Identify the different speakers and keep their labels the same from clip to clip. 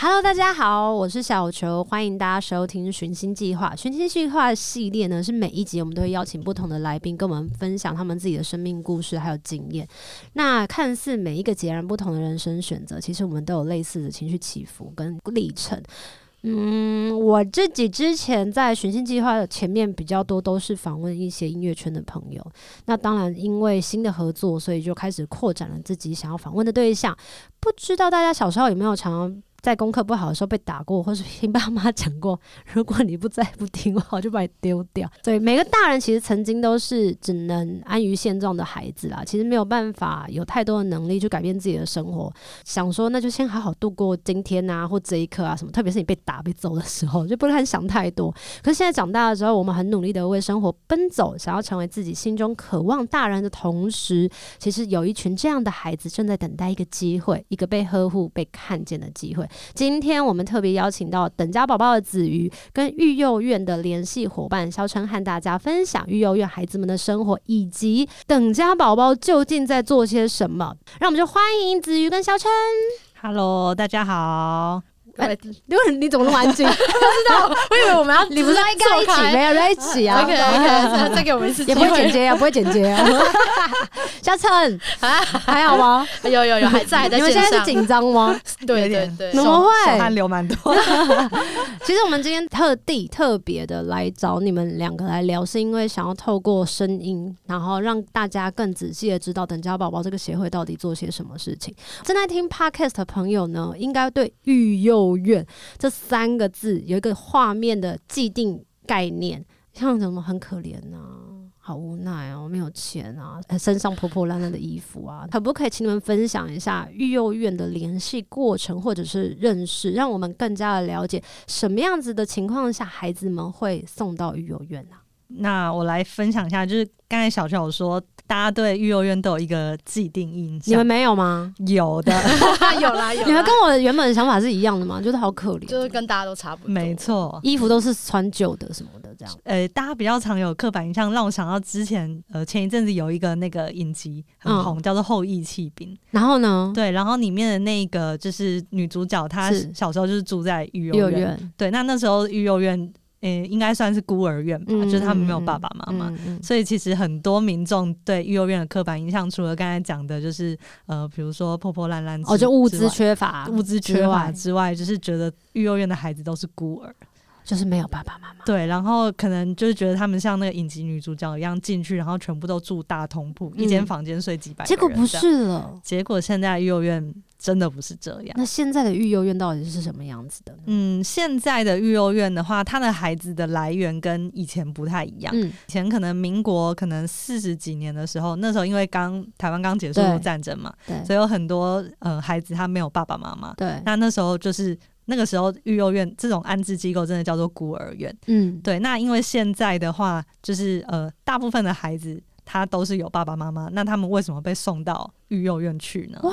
Speaker 1: Hello，大家好，我是小球，欢迎大家收听《寻星计划》。《寻星计划》系列呢，是每一集我们都会邀请不同的来宾跟我们分享他们自己的生命故事还有经验。那看似每一个截然不同的人生选择，其实我们都有类似的情绪起伏跟历程。嗯，我自己之前在寻星计划的前面比较多都是访问一些音乐圈的朋友，那当然因为新的合作，所以就开始扩展了自己想要访问的对象。不知道大家小时候有没有常常在功课不好的时候被打过，或是 听爸妈讲过，如果你不再不听话，我就把你丢掉。所以每个大人其实曾经都是只能安于现状的孩子啦，其实没有办法有太多的能力去改变自己的生活。想说那就先好好度过今天啊，或这一刻啊什么，特别是你被打被揍的时候，就不能想太多。可是现在长大的时候，我们很努力的为生活奔走，想要成为自己心中渴望大人的同时，其实有一群这样的孩子正在等待一个机会，一个被呵护、被看见的机会。今天我们特别邀请到等家宝宝的子瑜跟育幼院的联系伙伴肖琛，和大家分享育幼院孩子们的生活，以及等家宝宝究竟在做些什么。让我们就欢迎子瑜跟肖琛。
Speaker 2: Hello，大家好。
Speaker 1: 因为你怎么那么安 静？
Speaker 3: 哎我以为我们要
Speaker 1: 你不是要应该一起没有在一起啊
Speaker 3: OK OK，再给我们一次机
Speaker 1: 也不会剪
Speaker 3: 会。
Speaker 1: 接啊，不会剪接啊。 肖琛，还好吗？
Speaker 3: 啊有有有，还在还在
Speaker 1: 你们
Speaker 3: 线
Speaker 1: 现在
Speaker 3: 上
Speaker 1: 是。紧张吗？
Speaker 3: 对
Speaker 2: 有
Speaker 3: 对
Speaker 2: 点
Speaker 3: 对
Speaker 1: 怎，么会
Speaker 2: 手手汗流 蛮多。
Speaker 1: 其实我们今天特地特别的来找你们两个来聊，是因为想要透过声音，然后让大家更仔细的知道等家宝宝这个协会到底做些什么事情。正在听 podcast 的朋友呢，应该对“育幼院”这三个字有一个画面的既定概念，像什么很可怜呐、好无奈哦，没有钱啊，呃身上破破烂烂的衣服啊，可不可以请你们分享一下育幼院的联系过程或者是认识，让我们更加的了解什么样子的情况下，孩子们会送到育幼院啊？
Speaker 2: 那我来分享一下，就是刚才小乔有说，大家对育幼院都有一个既定印
Speaker 1: 你
Speaker 2: 象
Speaker 1: 们，没有吗？
Speaker 2: 有的，
Speaker 3: 有啦
Speaker 2: 啊
Speaker 3: 有啦。
Speaker 1: 你们跟我原本的想法是一样的吗？就是好可怜，
Speaker 3: 就是跟大家都差不多。
Speaker 2: 没错。
Speaker 1: 衣服都是穿旧的什么的这样。
Speaker 2: 呃，大家比较常有刻板印象，让我想到之前呃前一阵子有一个那个影集
Speaker 1: 嗯
Speaker 2: 很红，叫做《后羿弃兵》。
Speaker 1: 然后呢？
Speaker 2: 对，然后里面的那个就是女主角，她
Speaker 1: 是
Speaker 2: 小时候就是住在育
Speaker 1: 育
Speaker 2: 幼
Speaker 1: 幼
Speaker 2: 院。
Speaker 1: 院，嗯
Speaker 2: 对，那那时候育幼院，呃，应该算是孤儿院吧，就是他们没有爸爸妈妈。
Speaker 1: 嗯嗯
Speaker 2: 所以其实很多民众对育幼院的刻板印象，除了刚才讲的，就是呃，比如说破破烂烂之，
Speaker 1: 哦，就物
Speaker 2: 之
Speaker 1: 资
Speaker 2: 外
Speaker 1: 缺乏，
Speaker 2: 物资缺乏
Speaker 1: 之
Speaker 2: 之外，就是觉得育幼院的孩子都是孤儿，
Speaker 1: 外就是没有爸爸妈妈。
Speaker 2: 对，然后可能就是觉得他们像那个影集女主角一样进去，然后全部都住大通铺，
Speaker 1: 嗯
Speaker 2: 一间房间睡几百，
Speaker 1: 结果不，是了。
Speaker 2: 结果现在育幼院真的不是这样。
Speaker 1: 那现在的育幼院到底是什么样子的呢？
Speaker 2: 嗯，现在的育幼院的话，它的孩子的来源跟以前不太一样。
Speaker 1: 嗯，
Speaker 2: 以前可能民国可能四十几年的时候，那时候因为刚台湾刚结束
Speaker 1: 对
Speaker 2: 战争嘛，
Speaker 1: 嗯对
Speaker 2: 所以有很多呃孩子他没有爸爸妈妈。
Speaker 1: 对，
Speaker 2: 那那时候就是那个时候育幼院这种安置机构真的叫做孤儿院。
Speaker 1: 嗯，
Speaker 2: 对，那因为现在的话，就是呃大部分的孩子他都是有爸爸妈妈，那他们为什么被送到育幼院去呢？
Speaker 1: ，why？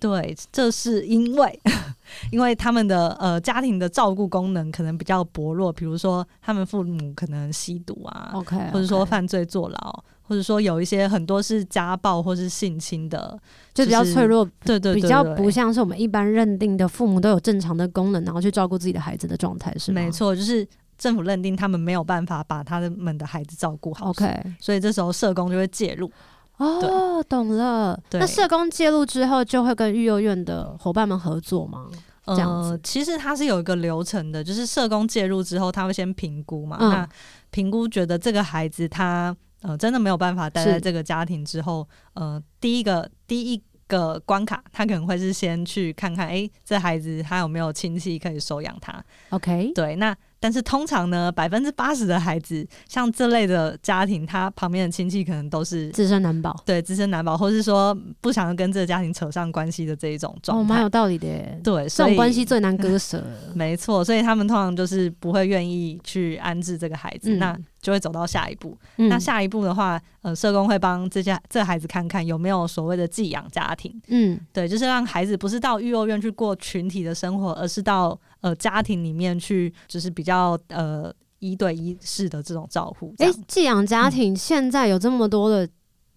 Speaker 2: 对，这是因为 因为他们的呃家庭的照顾功能可能比较薄弱，比如说他们父母可能吸毒啊
Speaker 1: 哎 OK，
Speaker 2: 或者说犯罪坐牢，或者说有一些很多是家暴或是性侵的，
Speaker 1: 就比较
Speaker 2: 就是
Speaker 1: 脆弱，
Speaker 2: 对对对
Speaker 1: 比较
Speaker 2: 对
Speaker 1: 不像是我们一般认定的父母都有正常的功能，然后去照顾自己的孩子的状态，是吗？
Speaker 2: 没错，就是政府认定他们没有办法把他们的孩子照顾好
Speaker 1: ，OK，
Speaker 2: 所以这时候社工就会介入。
Speaker 1: 哦，懂了。
Speaker 2: 对
Speaker 1: 那社工介入之后，就会跟育幼院的伙伴们合作吗？
Speaker 2: 呃
Speaker 1: 这样子
Speaker 2: 其实它是有一个流程的，就是社工介入之后，他会先评估嘛，
Speaker 1: 嗯
Speaker 2: 那评估觉得这个孩子他呃真的没有办法待
Speaker 1: 是
Speaker 2: 在这个家庭之后，呃，第一个第一个关卡，他可能会是先去看看，诶，这孩子他有没有亲戚可以收养他？
Speaker 1: ，OK，
Speaker 2: 对，那但是通常呢，百分之八十的孩子，像这类的家庭，他旁边的亲戚可能都是。
Speaker 1: 自身难保，
Speaker 2: 对自身难保，或是说不想要跟这个家庭扯上关系的这一种
Speaker 1: 哦，
Speaker 2: 状态，
Speaker 1: 蛮有道理的耶。
Speaker 2: 对，
Speaker 1: 这
Speaker 2: 所以
Speaker 1: 种关系最难割舍了。
Speaker 2: 没错，所以他们通常就是不会愿意去安置这个孩子。
Speaker 1: 嗯
Speaker 2: 那就会走到下一步。
Speaker 1: 嗯
Speaker 2: 那下一步的话，呃，社工会帮这家这孩子看看有没有所谓的寄养家庭，
Speaker 1: 嗯
Speaker 2: 对，就是让孩子不是到育幼院去过群体的生活，而是到呃家庭里面去，就是比较呃一对一式的这种照护。这
Speaker 1: 哎、
Speaker 2: 样
Speaker 1: 寄养家
Speaker 2: 嗯
Speaker 1: 庭现在有这么多的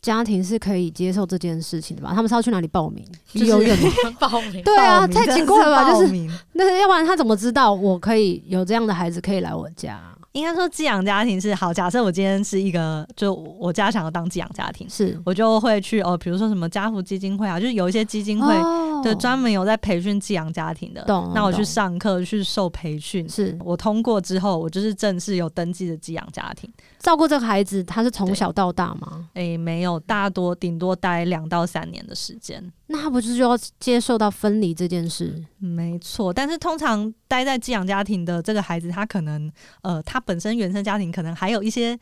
Speaker 1: 家庭是可以接受这件事情的吧？他们是要去哪里报名？
Speaker 2: 就是
Speaker 1: 幼儿园吗？
Speaker 3: 报名。
Speaker 1: 对啊，
Speaker 2: 报名
Speaker 1: 太奇怪了吧！
Speaker 2: 真
Speaker 1: 就
Speaker 2: 的报
Speaker 1: 是
Speaker 2: 名
Speaker 1: 那要不然他怎么知道我可以有这样的孩子可以来我家？
Speaker 2: 应该说寄养家庭是好。假设我今天是一个，就我家想要当寄养家庭，
Speaker 1: 是
Speaker 2: 我就会去哦，比如说什么家福基金会啊，就是有一些基金会、
Speaker 1: 哦
Speaker 2: 对专门有在培训寄养家庭的
Speaker 1: 懂，
Speaker 2: 那我去
Speaker 1: 懂
Speaker 2: 上课去受培训。
Speaker 1: 是
Speaker 2: 我通过之后，我就是正式有登记的寄养家庭。
Speaker 1: 照顾这个孩子，他是从小到大吗？
Speaker 2: 诶、没有，大多顶多待两到三年的时间。
Speaker 1: 那他不是就要接受到分离这件事？
Speaker 2: 没错，但是通常待在寄养家庭的这个孩子，他可能呃，他本身原生家庭可能还有一些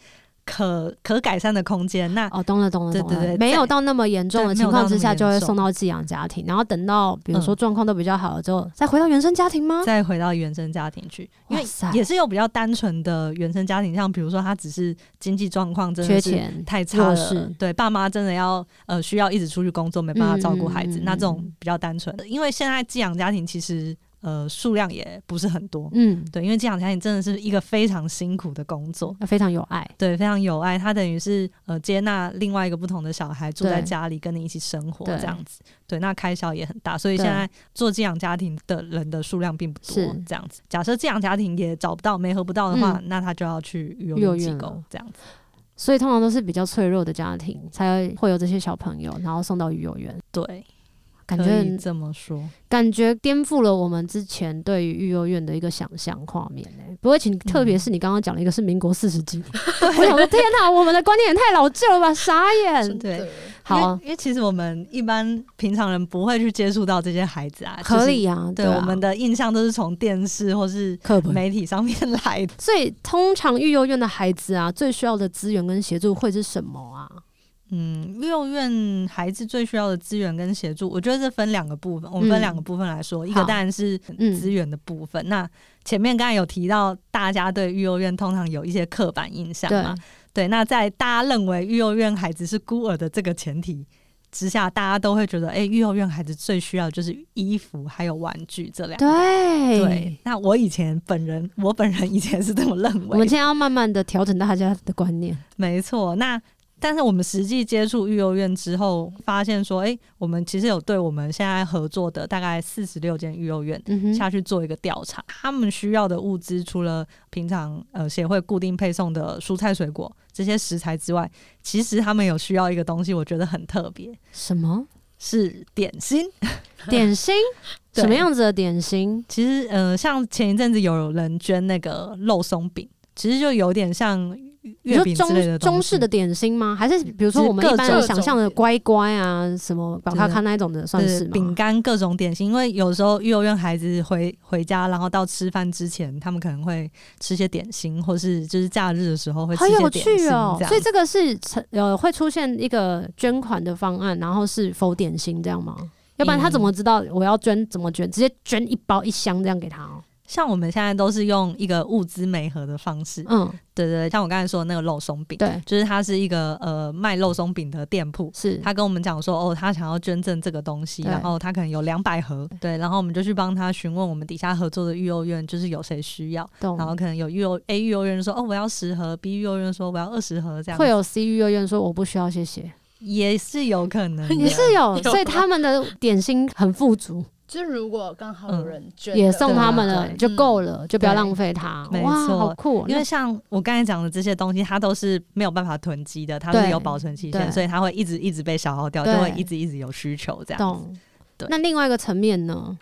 Speaker 2: 可可改善的空间。那
Speaker 1: 哦，懂了，懂了，
Speaker 2: 啊对
Speaker 1: 懂了。
Speaker 2: 对对
Speaker 1: 没有
Speaker 2: 在
Speaker 1: 到那么严重的
Speaker 2: 对没
Speaker 1: 情
Speaker 2: 有
Speaker 1: 况
Speaker 2: 到
Speaker 1: 之
Speaker 2: 那么
Speaker 1: 下，
Speaker 2: 严
Speaker 1: 就会
Speaker 2: 重嗯
Speaker 1: 送到寄养家庭，然后等到比如说状况都比较好了之后，再回到原生家庭吗？
Speaker 2: 再回到原生家庭去，因为
Speaker 1: 哇塞
Speaker 2: 也是有比较单纯的原生家庭，像比如说他只是经济状况真
Speaker 1: 缺
Speaker 2: 的是
Speaker 1: 钱，
Speaker 2: 太
Speaker 1: 弱
Speaker 2: 差了
Speaker 1: 势，
Speaker 2: 对爸妈真的要呃需要一直出去工作，没办法照顾孩子。
Speaker 1: 嗯嗯嗯
Speaker 2: 那这种比较单纯，因为现在寄养家庭其实呃数量也不是很多，
Speaker 1: 嗯，
Speaker 2: 对，因为寄养家庭真的是一个非常辛苦的工作。
Speaker 1: 非常有爱。
Speaker 2: 对，非常有爱，他等于是呃接纳另外一个不同的小孩住在
Speaker 1: 对
Speaker 2: 家里，跟你一起生活
Speaker 1: 对
Speaker 2: 这样子。对，那开销也很大，所以
Speaker 1: 对
Speaker 2: 现在做寄养家庭的人的数量并不多
Speaker 1: 是，嗯
Speaker 2: 这样子。假设寄养家庭也找不到、没合不到的话，那他就要去育
Speaker 1: 幼儿
Speaker 2: 幼机
Speaker 1: 园
Speaker 2: 构
Speaker 1: 了
Speaker 2: 这样子。
Speaker 1: 所以通常都是比较脆弱的家庭才会有这些小朋友，然后送到育幼园。
Speaker 2: 对，
Speaker 1: 感
Speaker 2: 可以
Speaker 1: 觉
Speaker 2: 这么说。
Speaker 1: 感觉颠覆了我们之前对于育幼院的一个想象画面、欸、不会，请特
Speaker 2: 嗯
Speaker 1: 别是你刚刚讲了一个是民国四十 几年，我想说天哪，我们的观念也太老旧了吧，傻眼。
Speaker 2: 对，因为，
Speaker 1: 好，啊
Speaker 2: 因为其实我们一般平常人不会去接触到这些孩子啊，
Speaker 1: 合理
Speaker 2: 就是。
Speaker 1: 啊，
Speaker 2: 对，
Speaker 1: 啊
Speaker 2: 我们的印象都是从电视或是
Speaker 1: 课本。
Speaker 2: 媒体上面 来的。
Speaker 1: 所以通常育幼院的孩子啊，最需要的资源跟协助会是什么啊？
Speaker 2: 嗯，幼儿园孩子最需要的资源跟协助，我觉得这分两个部分，我们
Speaker 1: 嗯
Speaker 2: 分两个部分来说，一个
Speaker 1: 好
Speaker 2: 当然是
Speaker 1: 嗯
Speaker 2: 资源的部分。那前面刚才有提到，大家对育幼院通常有一些刻板印象
Speaker 1: 对，
Speaker 2: 嘛，对。那在大家认为育幼院孩子是孤儿的这个前提之下，大家都会觉得，哎、育幼院孩子最需要的就是衣服还有玩具这两个。
Speaker 1: 对
Speaker 2: 对，那我以前本人，我本人以前是这么认
Speaker 1: 我们
Speaker 2: 为的，
Speaker 1: 现在要慢慢的调整大家的观 念。
Speaker 2: 没错。那但是我们实际接触育幼院之后，发现说，诶，我们其实有对我们现在合作的大概四十六间育幼院。
Speaker 1: 嗯哼，
Speaker 2: 下去做一个调查，他们需要的物资除了平常呃协会固定配送的蔬菜水果这些食材之外，其实他们有需要一个东西，我觉得很特别，
Speaker 1: 什么？
Speaker 2: 是点心。
Speaker 1: 点心，
Speaker 2: 对
Speaker 1: 什么样子的点心？
Speaker 2: 其实，呃，像前一阵子有人捐那个肉松饼，其实就有点像
Speaker 1: 你
Speaker 2: 月
Speaker 1: 说
Speaker 2: 饼之类
Speaker 1: 中
Speaker 2: 的东西
Speaker 1: 中式的点心吗？还是比如说
Speaker 2: 就是
Speaker 1: 我们一般人
Speaker 3: 各种
Speaker 1: 想象的
Speaker 3: 各种
Speaker 1: 乖乖啊，什么宝咖咖那一种的，算
Speaker 2: 就是
Speaker 1: 是
Speaker 2: 饼
Speaker 1: 吗？
Speaker 2: 干各种点心，因为有时候幼儿园孩子回回家，然后到吃饭之前，他们可能会吃些点心，或是就是假日的时候会
Speaker 1: 好
Speaker 2: 吃
Speaker 1: 有
Speaker 2: 些点
Speaker 1: 趣
Speaker 2: 心
Speaker 1: 哦！
Speaker 2: 这样
Speaker 1: 所以这个是成呃会出现一个捐款的方案，然后是否点心这样吗？要不然他怎
Speaker 2: 嗯
Speaker 1: 么知道我要捐怎么捐？直接捐一包一箱这样给他哦。
Speaker 2: 像我们现在都是用一个物资媒合的方式，
Speaker 1: 嗯，
Speaker 2: 对对对，像我刚才说的那个肉松饼，
Speaker 1: 对，
Speaker 2: 就是它是一个呃卖肉松饼的店铺，
Speaker 1: 是
Speaker 2: 他跟我们讲说，哦，他想要捐赠这个东西，
Speaker 1: 对
Speaker 2: 然后他可能有两百盒，对，然后我们就去帮他询问我们底下合作的育幼院，就是有谁需要，
Speaker 1: 懂
Speaker 2: 然。后可能有育幼 A 育幼院说，哦，我要十盒，B 育幼院说我要二十盒，这样
Speaker 1: 会有 C 育幼院说我不需要，谢 谢，
Speaker 2: 也是有可能的，
Speaker 1: 也是有，
Speaker 3: 有
Speaker 1: 所以他们的点心很富 足，
Speaker 3: 就是如果刚好有人捐的话，
Speaker 1: 嗯也送他们了
Speaker 2: 啊对啊
Speaker 1: 就够了，就不要
Speaker 2: 对
Speaker 1: 浪费它。
Speaker 2: 没
Speaker 1: 哇，
Speaker 2: 错
Speaker 1: 好酷哦！
Speaker 2: 因
Speaker 1: 那
Speaker 2: 为像我刚才讲的这些东西，它都是没有办法囤积的，它是
Speaker 1: 对
Speaker 2: 有保存期
Speaker 1: 对
Speaker 2: 限，所以它会一直一直被消耗掉，就
Speaker 1: 对
Speaker 2: 会一直一直有需求这样子。
Speaker 1: 懂。
Speaker 2: 对
Speaker 1: 那另外一个层面呢？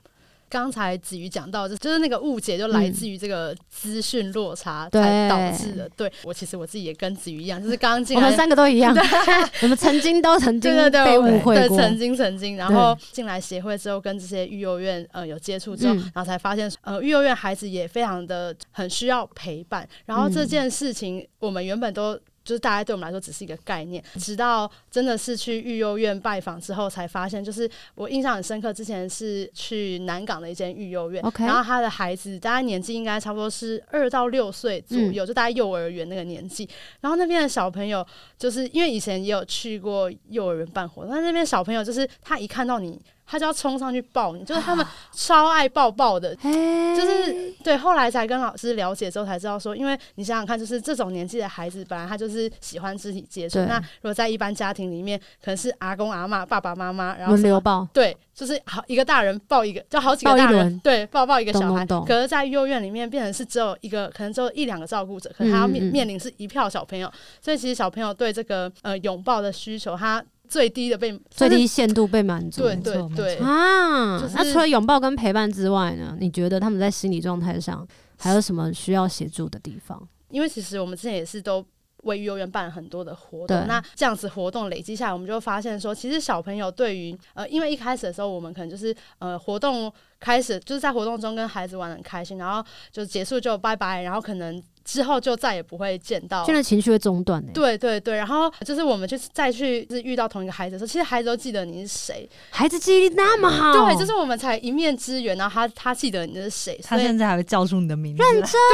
Speaker 3: 刚才子瑜讲到，就是就是那个误解，就来自于这个资讯落差
Speaker 1: 嗯对
Speaker 3: 才导致的。对我其实我自己也跟子瑜一样，就是刚刚进
Speaker 1: 我们
Speaker 3: 来。
Speaker 1: 三个都一样，我们曾经都曾经
Speaker 3: 对对对，
Speaker 1: 被
Speaker 3: 我
Speaker 1: 误会
Speaker 3: 对，
Speaker 1: 过。
Speaker 3: 曾经曾经，然后进来协会之后，跟这些育幼院呃有接触之后，
Speaker 1: 嗯
Speaker 3: 然后才发现，呃，育幼院孩子也非常的很需要陪伴。然后这
Speaker 1: 嗯
Speaker 3: 件事情，我们原本都就是大家对我们来说只是一个概念。
Speaker 1: 嗯
Speaker 3: 直到真的是去育幼院拜访之后，才发现，就是我印象很深刻，之前是去南港的一间育幼院
Speaker 1: OK
Speaker 3: 然后他的孩子大概年纪应该差不多是二到六岁左右，
Speaker 1: 嗯
Speaker 3: 就大概幼儿园那个年纪。然后那边的小朋友，就是因为以前也有去过幼儿园办活动，但那边小朋友就是他一看到你，他就要冲上去抱你，就是他们超爱抱抱的，
Speaker 1: 啊哎，
Speaker 3: 就是对，后来才跟老师了解之后才知道说，因为你想想看，就是这种年纪的孩子，本来他就是喜欢肢体接触。
Speaker 1: 对
Speaker 3: 那如果在一般家庭里面，可能是阿公阿嬷、爸爸妈妈，然后
Speaker 1: 轮
Speaker 3: 什么
Speaker 1: 流抱，
Speaker 3: 对，就是好一个大人抱一个，就好几个
Speaker 1: 抱一
Speaker 3: 大
Speaker 1: 轮
Speaker 3: 人对抱抱一个
Speaker 1: 懂
Speaker 3: 小
Speaker 1: 懂
Speaker 3: 孩。
Speaker 1: 懂
Speaker 3: 可是，在幼儿园里面变成是只有一个，可能只有一两个照顾者，可能他要面、
Speaker 1: 嗯嗯嗯
Speaker 3: 面临是一票小朋友，所以其实小朋友对这个呃拥抱的需求，他最低的被
Speaker 1: 最低限度被满足。
Speaker 3: 对
Speaker 2: 没
Speaker 3: 对
Speaker 2: 错没
Speaker 3: 对。
Speaker 1: 啊，
Speaker 3: 就是
Speaker 1: 那除了拥抱跟陪伴之外呢？你觉得他们在心理状态上还有什么需要协助的地方？
Speaker 3: 因为其实我们之前也是都为幼儿园办了很多的活
Speaker 1: 对
Speaker 3: 动，那这样子活动累积下来，我们就会发现说，其实小朋友对于呃，因为一开始的时候，我们可能就是呃活动开始就是在活动中跟孩子玩得很开心，然后就结束就拜拜，然后可能之后就再也不会见到
Speaker 1: 现。在情绪会中断欸呢、，
Speaker 3: 对对对，然后就是我们就是再去就是遇到同一个孩子的时候，其实孩子都记得你是谁，
Speaker 1: 孩子记忆力那么好，
Speaker 3: 对，就是我们才一面之缘，然后他他记得你是谁，
Speaker 2: 他
Speaker 3: 所以
Speaker 2: 甚至还会叫出你的名字，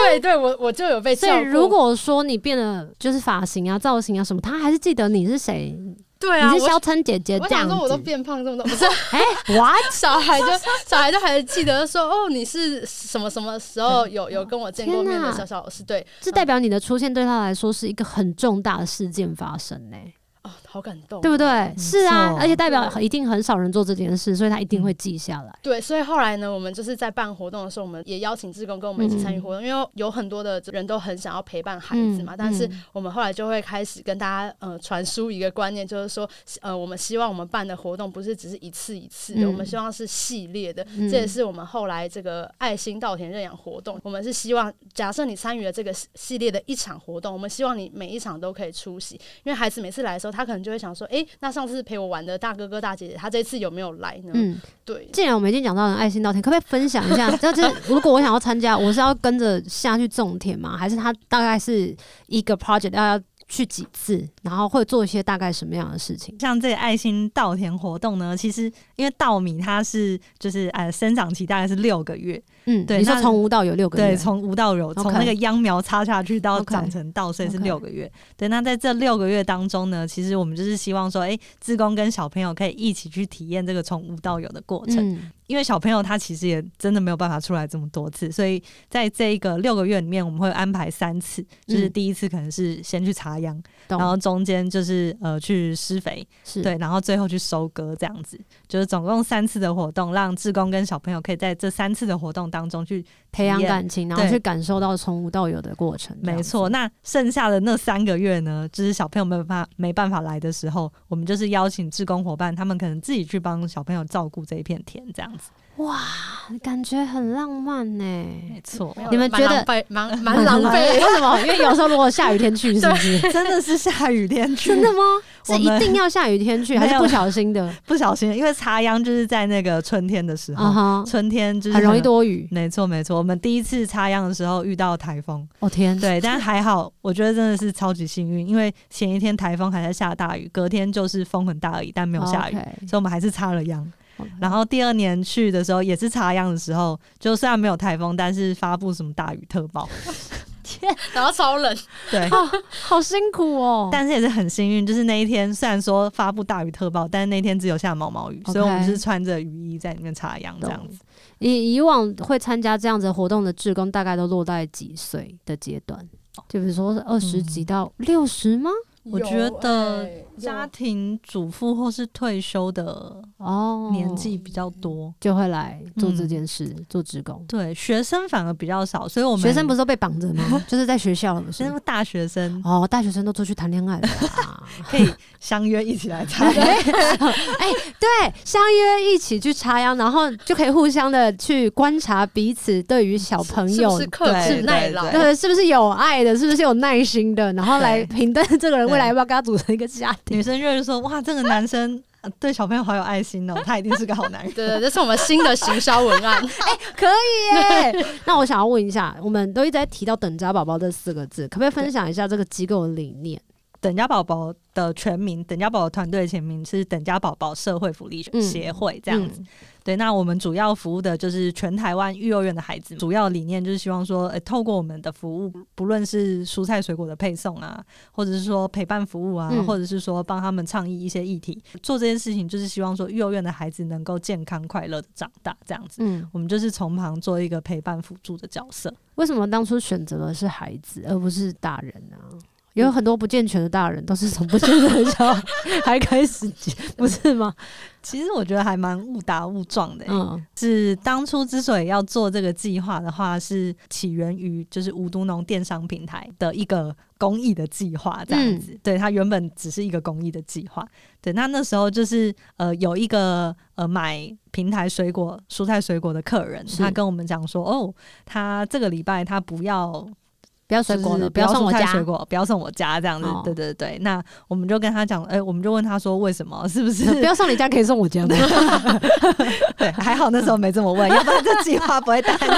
Speaker 3: 对对，我我就有被
Speaker 1: 所
Speaker 3: 叫
Speaker 1: 以
Speaker 3: 过
Speaker 1: 如果说你变了，就是发型啊、造型啊什么，他还是记得你是谁，
Speaker 3: 对啊，
Speaker 1: 你是
Speaker 3: 我
Speaker 1: 肖琛姐姐
Speaker 3: 我
Speaker 1: 这样
Speaker 3: 想
Speaker 1: 子。
Speaker 3: 说我都变胖这么多，不是
Speaker 1: 哎、哇，
Speaker 3: 小 孩就小孩就还记得说哦，你是什么什么时候有有跟我见过
Speaker 1: 嗯
Speaker 3: 面
Speaker 1: 天
Speaker 3: 的
Speaker 1: 哪
Speaker 3: 小小老师？对
Speaker 1: 这代表你的出现对他来说是一个很重大的事件发生呢、
Speaker 3: 哦，好感动，
Speaker 1: 对不对？是啊，
Speaker 2: 错
Speaker 1: 而且代表一定很少人做这件事，所以他一定
Speaker 3: 嗯
Speaker 1: 会记下来。
Speaker 3: 对，所以后来呢，我们就是在办活动的时候，我们也邀请志工跟我们一起参与活动，因为有很多的人都很想要陪伴孩子嘛。
Speaker 1: 嗯
Speaker 3: 但是
Speaker 1: 嗯
Speaker 3: 我们后来就会开始跟大家呃传输一个观念，就是说呃，我们希望我们办的活动不是只是一次一次的，
Speaker 1: 嗯
Speaker 3: 我们希望是系列的。
Speaker 1: 嗯
Speaker 3: 这也是我们后来这个爱心稻田认养活动，我们是希望，假设你参与了这个系系列的一场活动，我们希望你每一场都可以出席，因为孩子每次来的时候，他可能就会想说，诶，那上次陪我玩的大哥哥大姐姐，他这次有没有来呢？
Speaker 1: 嗯，
Speaker 3: 对，
Speaker 1: 既然我们已经讲到了爱心稻田，可不可以分享一下？就是如果我想要参加，我是要跟着下去种田吗？还是他大概是一个 project 要要去几次，然后会做一些大概什么样的事情？
Speaker 2: 像这个爱心稻田活动呢，其实因为稻米它是就是呃生长期大概是六个月，
Speaker 1: 嗯，
Speaker 2: 对
Speaker 1: 你说
Speaker 2: 那
Speaker 1: 从无到有六个
Speaker 2: 对，
Speaker 1: 月，
Speaker 2: 从无到有，
Speaker 1: OK
Speaker 2: 从那个秧苗插下去到
Speaker 1: OK
Speaker 2: 长成稻穗是
Speaker 1: OK
Speaker 2: 六个月。对，那在这六个月当中呢，其实我们就是希望说，哎、志工跟小朋友可以一起去体验这个从无到有的过程，
Speaker 1: 嗯，
Speaker 2: 因为小朋友他其实也真的没有办法出来这么多次，所以在这一个六个月里面，我们会安排三次，就是
Speaker 1: 嗯
Speaker 2: 第一次可能是先去插秧，
Speaker 1: 懂嗯
Speaker 2: 然后中间就是呃去施肥，
Speaker 1: 是，
Speaker 2: 对，然后最后去收割，这样子，就是总共三次的活动，让志工跟小朋友可以在这三次的活动当中去
Speaker 1: 培养
Speaker 2: 体验
Speaker 1: 感情，然后
Speaker 2: 对
Speaker 1: 去感受到从无到有的过程。这样
Speaker 2: 没
Speaker 1: 子
Speaker 2: 错，，那剩下的那三个月呢，就是小朋友没办法没办法来的时候，我们就是邀请志工伙伴，他们可能自己去帮小朋友照顾这一片田，这样子。
Speaker 1: 感觉很浪漫呢、
Speaker 2: 没错，
Speaker 1: 你们觉得。
Speaker 3: 蛮浪费，蛮蛮浪
Speaker 1: 为
Speaker 3: 费
Speaker 1: 什么？因为有时候如果下雨天去，是不 是？
Speaker 2: 真的是下雨 天去，
Speaker 1: 真的吗？是
Speaker 2: 我
Speaker 1: 一
Speaker 2: 们
Speaker 1: 定要下雨天去，还
Speaker 2: 没
Speaker 1: 是
Speaker 2: 有
Speaker 1: 不小心 的？
Speaker 2: 不小心，因为插秧就是在那个春天的时候，
Speaker 1: 啊哈，
Speaker 2: 春天就是
Speaker 1: 很容易
Speaker 2: 多。
Speaker 1: 多雨。
Speaker 2: 没错，没错，我们第一次插秧的时候遇到台风，
Speaker 1: 哦天，
Speaker 2: 对， 但还好，我觉得真的是超级幸运，因为前一天台风还在下大雨，隔天就是风很大而已，但没有下雨
Speaker 1: OK
Speaker 2: 所以我们还是插了秧。然后第二年去的时候也是插秧的时候，就虽然没有台风，但是发布什么大雨特报，
Speaker 3: 然后超冷，
Speaker 2: 对，
Speaker 1: 好辛苦哦。
Speaker 2: 但是也是很幸运，就是那一天虽然说发布大雨特报，但是那天只有下毛毛雨
Speaker 1: OK
Speaker 2: 所以我们就是穿着雨衣在里面插秧这样子。
Speaker 1: 以以往会参加这样子活动的志工，大概都落在几岁的阶段？
Speaker 2: 哦
Speaker 1: 就比如说二十几到六十吗？
Speaker 2: 我觉
Speaker 1: 哎
Speaker 2: 得
Speaker 3: 有欸
Speaker 2: 家
Speaker 3: 有
Speaker 2: 庭主妇或是退休的
Speaker 1: 哦，
Speaker 2: 嗯年纪比较多，
Speaker 1: 就会来做这件事，做志工。
Speaker 2: 对学生反而比较少，所以我们
Speaker 1: 学生不是都被绑着吗？ 就是在学校了，不是
Speaker 2: 学
Speaker 1: 吗
Speaker 2: 生大学生
Speaker 1: 哦，大学生都出去谈恋爱了啊啦。
Speaker 2: 可以相约一起 来插秧。
Speaker 1: 对，相约一起去插秧，然后就可以互相的去观察彼此对于小朋
Speaker 3: 是
Speaker 1: 友
Speaker 3: 不是克制
Speaker 2: 对
Speaker 3: 耐
Speaker 2: 对
Speaker 3: 劳？
Speaker 2: 对
Speaker 1: 对，是不是有爱的？是不是有耐心的？然后来
Speaker 2: 对
Speaker 1: 评断这个人未来
Speaker 2: 对
Speaker 1: 要不要跟他组成一个家庭
Speaker 2: 女。生就会说：“哇，这个男生呃对小朋友好有爱心哦，他一定是个好男人。
Speaker 3: 对对，这是我们新的行销文 案。
Speaker 1: 可以耶。那我想要问一下，我们都一直在提到“等giá宝宝”这四个字，可不可以分享一下这个机构的理念？
Speaker 2: 等家宝宝的全名，等家宝宝团队的全名是等家宝宝社会福利
Speaker 1: 嗯
Speaker 2: 协会这样子。对，那我们主要服务的就是全台湾育幼院的孩子，主要理念就是希望说，呃，透过我们的服务，不论是蔬菜水果的配送啊，或者是说陪伴服务啊，
Speaker 1: 嗯
Speaker 2: 或者是说帮他们倡议一些议题，做这件事情就是希望说，育幼院的孩子能够健康快乐的长大这样子。
Speaker 1: 嗯，
Speaker 2: 我们就是从旁做一个陪伴辅助的角色。
Speaker 1: 为什么当初选择的是孩子而不是大人呢、有很多不健全的大人都是从不健全的小孩开始，不是吗？
Speaker 2: 其实我觉得还蛮误打误撞 的、
Speaker 1: 嗯
Speaker 2: 是当初之所以要做这个计划的话，是起源于就是无毒农电商平台的一个公益的计划，这样子。
Speaker 1: 嗯
Speaker 2: 对，它原本只是一个公益的计划。对，那那时候就是呃有一个呃买平台水果、蔬菜水果的客人，
Speaker 1: 是
Speaker 2: 他跟我们讲说，哦，他这个礼拜他不要
Speaker 1: 不要水果
Speaker 2: 就是
Speaker 1: 了，
Speaker 2: 不
Speaker 1: 要送我
Speaker 2: 蔬菜
Speaker 1: 家。
Speaker 2: 水果，不 要送我家这样子。
Speaker 1: 哦
Speaker 2: 对对对，那我们就跟他讲，哎、我们就问他说为什么？是不是
Speaker 1: 不要送你家，可以送我家吗？
Speaker 2: 对，还好那时候没这 么问，要不然这计划不会诞生。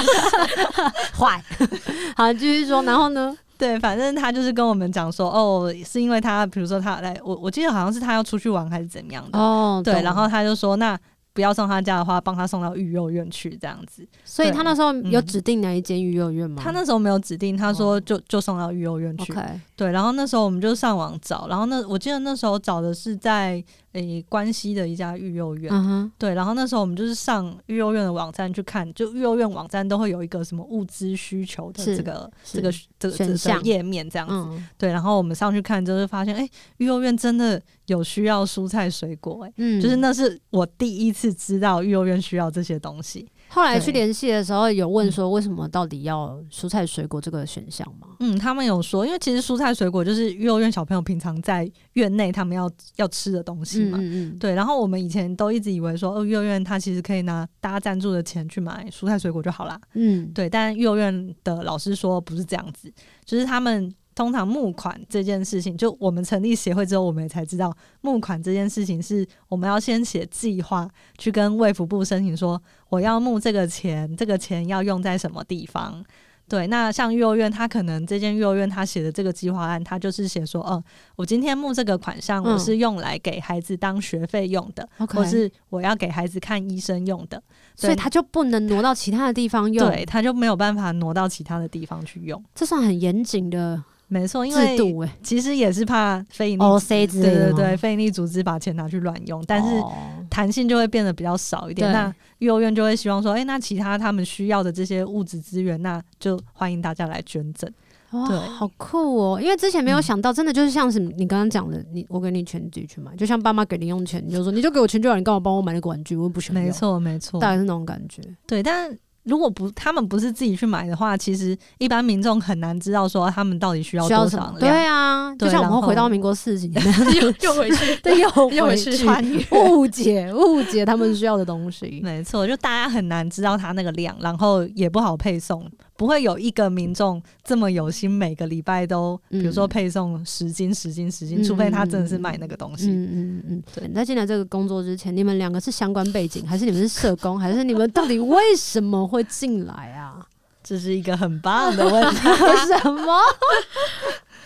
Speaker 1: 坏， 好，继续说。然后呢？
Speaker 2: 对，反正他就是跟我们讲说，哦，是因为他，比如说他来，我我记得好像是他要出去玩还是怎么样的，
Speaker 1: 哦
Speaker 2: 对，然后他就说，那不要送他家的话，帮他送到育幼院去这样子。
Speaker 1: 所以他那时候
Speaker 2: 对
Speaker 1: 有
Speaker 2: 嗯
Speaker 1: 指定哪一间育幼院吗？
Speaker 2: 他那时候没有指定，他
Speaker 1: 哦
Speaker 2: 说就就送到育幼院去。
Speaker 1: 嗯 OK，
Speaker 2: 对，然后那时候我们就上网找，然后那我记得那时候找的是在诶、关西的一家育幼院，
Speaker 1: 嗯哼，
Speaker 2: 对，然后那时候我们就是上育幼院的网站去看，就育幼院网站都会有一个什么物资需求的
Speaker 1: 是
Speaker 2: 这个
Speaker 1: 是
Speaker 2: 这个这个这
Speaker 1: 选
Speaker 2: 个
Speaker 1: 项
Speaker 2: 页面这样子。
Speaker 1: 嗯
Speaker 2: 对，然后我们上去看，就是发现，哎、育幼院真的有需要蔬菜水果、诶，
Speaker 1: 嗯，
Speaker 2: 就是那是我第一次知道育幼院需要这些东西。
Speaker 1: 后来
Speaker 2: 对
Speaker 1: 去联系的时候，有问说为什么到底要蔬菜水果这个选项吗？
Speaker 2: 嗯，他们有说，因为其实蔬菜水果就是育幼院小朋友平常在院内他们要要吃的东西
Speaker 1: 嗯
Speaker 2: 嘛。
Speaker 1: 嗯嗯，
Speaker 2: 对，然后我们以前都一直以为说，哦，幼院它其实可以拿大家赞助的钱去买蔬菜水果就好啦。
Speaker 1: 嗯，
Speaker 2: 对，但幼院的老师说不是这样子，就是他们通常募款这件事情，就我们成立协会之后，我们也才知道募款这件事情是我们要先写计划，去跟卫福部申请说我要募这个钱，这个钱要用在什么地方。对，那像幼儿园，他可能这间幼儿园他写的这个计划案，他就是写说，嗯，我今天募这个款项，我
Speaker 1: 嗯
Speaker 2: 是用来给孩子当学费用的，
Speaker 1: ，OK，
Speaker 2: 或是我要给孩子看医生用的，
Speaker 1: 所以他就不能挪到其他的地方用，
Speaker 2: 对，他就没有办法挪到其他的地方去用。
Speaker 1: 这算很严谨的
Speaker 2: 没错，因
Speaker 1: 制
Speaker 2: 为
Speaker 1: 度哎
Speaker 2: 其实也是怕非营利组
Speaker 1: ，OC 之
Speaker 2: 织，
Speaker 1: 类
Speaker 2: 对
Speaker 1: 的
Speaker 2: 对
Speaker 1: 吗，
Speaker 2: 对，非营利组织把钱拿去乱用，但是
Speaker 1: 哦
Speaker 2: 弹性就会变得比较少一点。
Speaker 1: 对
Speaker 2: 那幼儿园就会希望说，哎、那其他他们需要的这些物质资源，那就欢迎大家来捐赠。
Speaker 1: 哇，
Speaker 2: 对
Speaker 1: 好酷哦！因为之前
Speaker 2: 嗯
Speaker 1: 没有想到，真的就是像是你刚刚讲的，你我给你钱你自己去买，就像爸妈给零用钱，你就说你就给我钱就好，你干嘛帮我买那个玩具？我又不想要，
Speaker 2: 没，错，没错，
Speaker 1: 哦大概是那种感觉。
Speaker 2: 对，但。如果不他们不是自己去买的话，其实一般民众很难知道说他们到底需要
Speaker 1: 需要
Speaker 2: 多
Speaker 1: 什
Speaker 2: 少
Speaker 1: 么？对
Speaker 2: 量。
Speaker 1: 啊，就
Speaker 2: 对
Speaker 1: 像我们
Speaker 2: 然
Speaker 1: 会回到
Speaker 2: 后
Speaker 1: 民国四 十年，
Speaker 3: 又又回 去，
Speaker 1: 对，又
Speaker 3: 又
Speaker 1: 回
Speaker 3: 回去
Speaker 1: 去
Speaker 3: 穿越。
Speaker 1: 误解误解他们需要的东西。
Speaker 2: 没错，就大家很难知道它那个量，然后也不好配送，不会有一个民众这么有心，每个礼拜都，
Speaker 1: 嗯
Speaker 2: 比如说配送十斤、十斤、十斤，
Speaker 1: 嗯
Speaker 2: 除非他真的是卖那个 东西。
Speaker 1: 嗯嗯
Speaker 2: 对
Speaker 1: 嗯，在进来这个工作之前，你们两个是相关背景，还是你们是社工，还是你们到底为什么会进来啊？
Speaker 2: 这是一个很棒的问题，
Speaker 1: 为什么？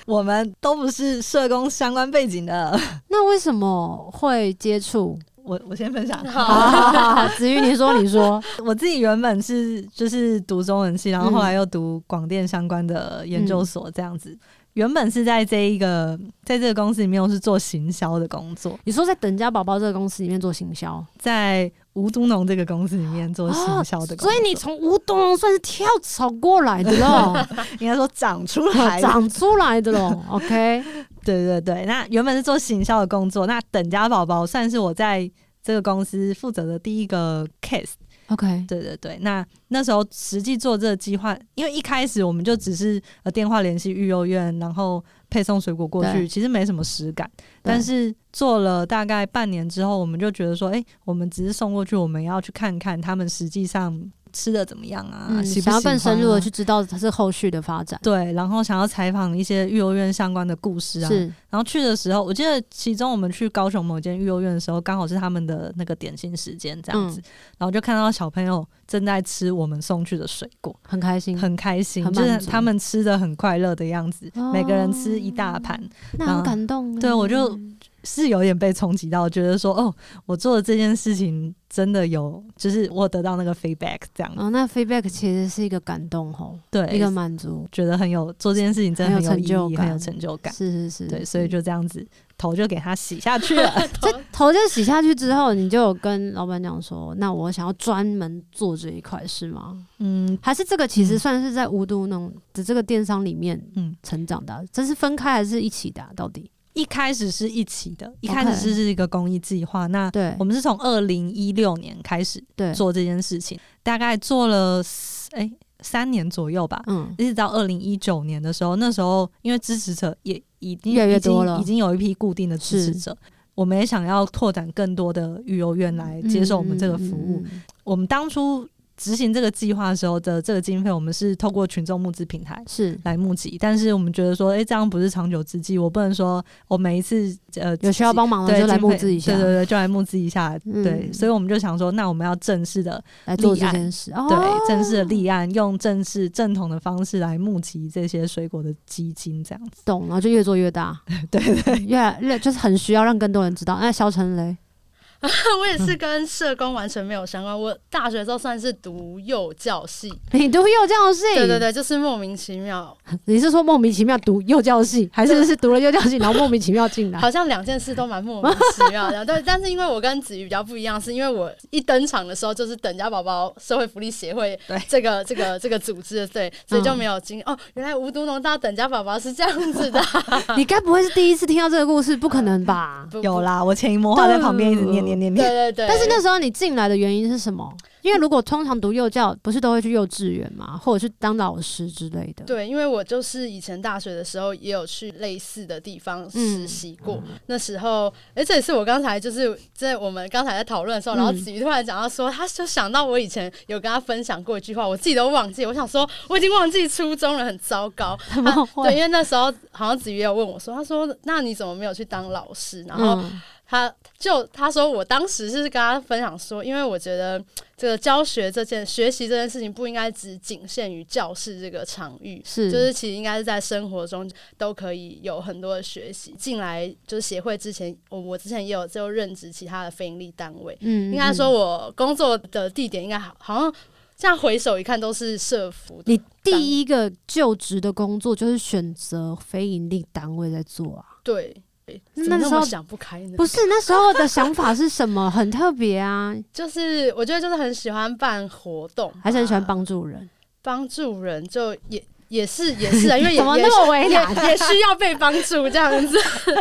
Speaker 2: 我们都不是社工相关背景的。
Speaker 1: 那为什么会接 触？
Speaker 2: 我我先分享，
Speaker 1: 好好好好，子瑜，你说，你说，
Speaker 2: 我自己原本是就是读中文系，然后后来又读广电相关的研究所，这样子。原本是在这一个在这个公司里面，我是做行销的工作。
Speaker 1: 你说在等家宝宝这个公司里面做行销，
Speaker 2: 在吴都农这个公司里面做行销的工作、
Speaker 1: 哦所以你从吴东龙算是跳槽过来的 喽，
Speaker 2: 应该说长出 来。
Speaker 1: 长出来的喽。OK，
Speaker 2: 对对对，那原本是做行销的工作，那等家宝宝算是我在这个公司负责的第一个 case。
Speaker 1: OK，
Speaker 2: 对对对，那那时候实际做这个计划，因为一开始我们就只是呃电话联系育幼院，然后配送水果过去，
Speaker 1: 对
Speaker 2: 其实没什么实感。但是做了大概半年之后，我们就觉得说，哎、我们只是送过去，我们要去看看他们实际上吃的怎么样啊，
Speaker 1: 嗯，
Speaker 2: 喜不喜
Speaker 1: 想要
Speaker 2: 欢、啊、
Speaker 1: 更深入的去知道它是后续的发展，
Speaker 2: 对，然后想要采访一些育幼院相关的故事啊。
Speaker 1: 是
Speaker 2: 然后去的时候，我记得其中我们去高雄某间育幼院的时候，刚好是他们的那个点心时间这
Speaker 1: 嗯
Speaker 2: 样子，然后就看到小朋友正在吃我们送去的水果，
Speaker 1: 很开心，
Speaker 2: 很开心，
Speaker 1: 嗯很
Speaker 2: 就
Speaker 1: 满
Speaker 2: 是
Speaker 1: 足
Speaker 2: 他们吃的很快乐的样子，
Speaker 1: 哦
Speaker 2: 每个人吃一大盘，
Speaker 1: 那
Speaker 2: 然
Speaker 1: 很
Speaker 2: 后
Speaker 1: 感动欸。
Speaker 2: 啊对我就是有点被冲击到，觉得说哦，我做的这件事情真的有，就是我得到那个 feedback 这样，
Speaker 1: 哦，那 feedback 其实是一个感动吼，
Speaker 2: 对，
Speaker 1: 一个满足，
Speaker 2: 觉得很有做这件事情真的
Speaker 1: 很
Speaker 2: 很
Speaker 1: 有
Speaker 2: 有
Speaker 1: 成
Speaker 2: 意义，
Speaker 1: 就
Speaker 2: 很有
Speaker 1: 感
Speaker 2: 成就感，
Speaker 1: 是是是，
Speaker 2: 对，所
Speaker 1: 是
Speaker 2: 以就这样子头就给他洗下去了，
Speaker 1: 头就洗下去之后，你就有跟老板讲说，那我想要专门做这一块是吗？
Speaker 2: 嗯，
Speaker 1: 还是这个其实
Speaker 2: 嗯
Speaker 1: 算是在无独农的这个电商里面，嗯
Speaker 2: 嗯，
Speaker 1: 成长的啊，这是分开还是一起的啊？到底？
Speaker 2: 一开始是一起的，一开
Speaker 1: OK
Speaker 2: 始是是一个公益计划。那
Speaker 1: 对
Speaker 2: 我们是从二零一六年开始
Speaker 1: 对，
Speaker 2: 做这件事情，大概做了哎、三年左右吧，
Speaker 1: 嗯，
Speaker 2: 一直到二零一九年的时候，那时候因为支持者也已经
Speaker 1: 越来越
Speaker 2: 已经
Speaker 1: 多了
Speaker 2: 已经有一批固定的支持
Speaker 1: 是
Speaker 2: 者。我们也想要拓展更多的育幼院来接受我们这个服务。
Speaker 1: 嗯，嗯嗯嗯
Speaker 2: 我们当初执行这个计划的时候的这个经费，我们是透过群众募资平台
Speaker 1: 嗯是
Speaker 2: 来募集，但是我们觉得说，诶，这样不是长久之计。我不能说我每一次呃
Speaker 1: 有需要帮忙的
Speaker 2: 对
Speaker 1: 就来
Speaker 2: 经
Speaker 1: 募
Speaker 2: 费
Speaker 1: 资一下，
Speaker 2: 对对对，就来募资一下。
Speaker 1: 嗯
Speaker 2: 对，所以我们就想说，那我们要正式的
Speaker 1: 来做
Speaker 2: 立
Speaker 1: 这
Speaker 2: 案
Speaker 1: 件事，哦
Speaker 2: 对、正式的立案，用正式正统的方式来募集这些水果的基金，这样子。
Speaker 1: 懂，然后就越做越大，
Speaker 2: 对对对
Speaker 1: 越来越就是很需要让更多人知道。那肖晨雷，
Speaker 3: 我也是跟社工完全没有相关。我大学的时候算是读幼教系，
Speaker 1: 你读幼教系？
Speaker 3: 对对，对，就是莫名其妙，
Speaker 1: 你是说莫名其妙读幼教系，还是
Speaker 3: 对
Speaker 1: 是读了幼教系然后莫名其妙进来？
Speaker 3: 好像两件事都蛮莫名其妙的。但但是因为我跟子瑜比较不一样，是因为我一登场的时候就是等家宝宝社会福利协会
Speaker 2: 对
Speaker 3: 这个这个这个组织的，对，所以就没有经、哦，原来无毒农大等家宝宝是这样子的，
Speaker 1: 你该不会是第一次听到这个故事？不可能吧？
Speaker 3: 不
Speaker 2: 有。啦，我潜移默化在旁边一直念念念
Speaker 3: 不对
Speaker 2: 念。
Speaker 3: 对对，
Speaker 1: 但是那时候你进来的原因是什么？因为如果通常读幼教，不是都会去幼稚园嘛，或者是当老师之类的。，
Speaker 3: 对，因为我就是以前大学的时候也有去类似的地方
Speaker 1: 嗯
Speaker 3: 实习过，那时候，哎、这也是我刚才就是在我们刚才在讨论的时候，然后
Speaker 1: 嗯
Speaker 3: 子瑜突然讲到说，他就想到我以前有跟他分享过一句话，我自己都忘记，我想说我已经忘记初中了，很糟 糕。
Speaker 1: 怎么
Speaker 3: 他对，
Speaker 1: 会？
Speaker 3: 因为那时候好像子瑜也有问我说，他说那你怎么没有去当老师？然后
Speaker 1: 嗯
Speaker 3: 他就他说，我当时是跟他分享说，因为我觉得这个教学这件学习这件事情不应该只仅限于教室这个场域，
Speaker 1: 是
Speaker 3: 就是其实应该是在生活中都可以有很多的学习。进来就是协会之前，我我之前也有就任职其他的非营利单位，
Speaker 1: 嗯
Speaker 3: 应该说
Speaker 1: 嗯
Speaker 3: 我工作的地点应该好好像这样回首一看都是社服的
Speaker 1: 你第一个就职的工作就是选择非盈利单位在做啊。
Speaker 3: 对。对
Speaker 1: 那
Speaker 3: 怎么
Speaker 1: 时
Speaker 3: 么
Speaker 1: 候
Speaker 3: 想不开呢，
Speaker 1: 不是那时候的想法是什么？很特别啊，
Speaker 3: 就是我觉得就是很喜欢办活动，
Speaker 1: 还是很喜欢帮助 人。
Speaker 3: 帮助人就也也是也 是啊，因为也
Speaker 1: 怎么
Speaker 3: 也
Speaker 1: 那么为难？
Speaker 3: 也也需要被帮助这样子。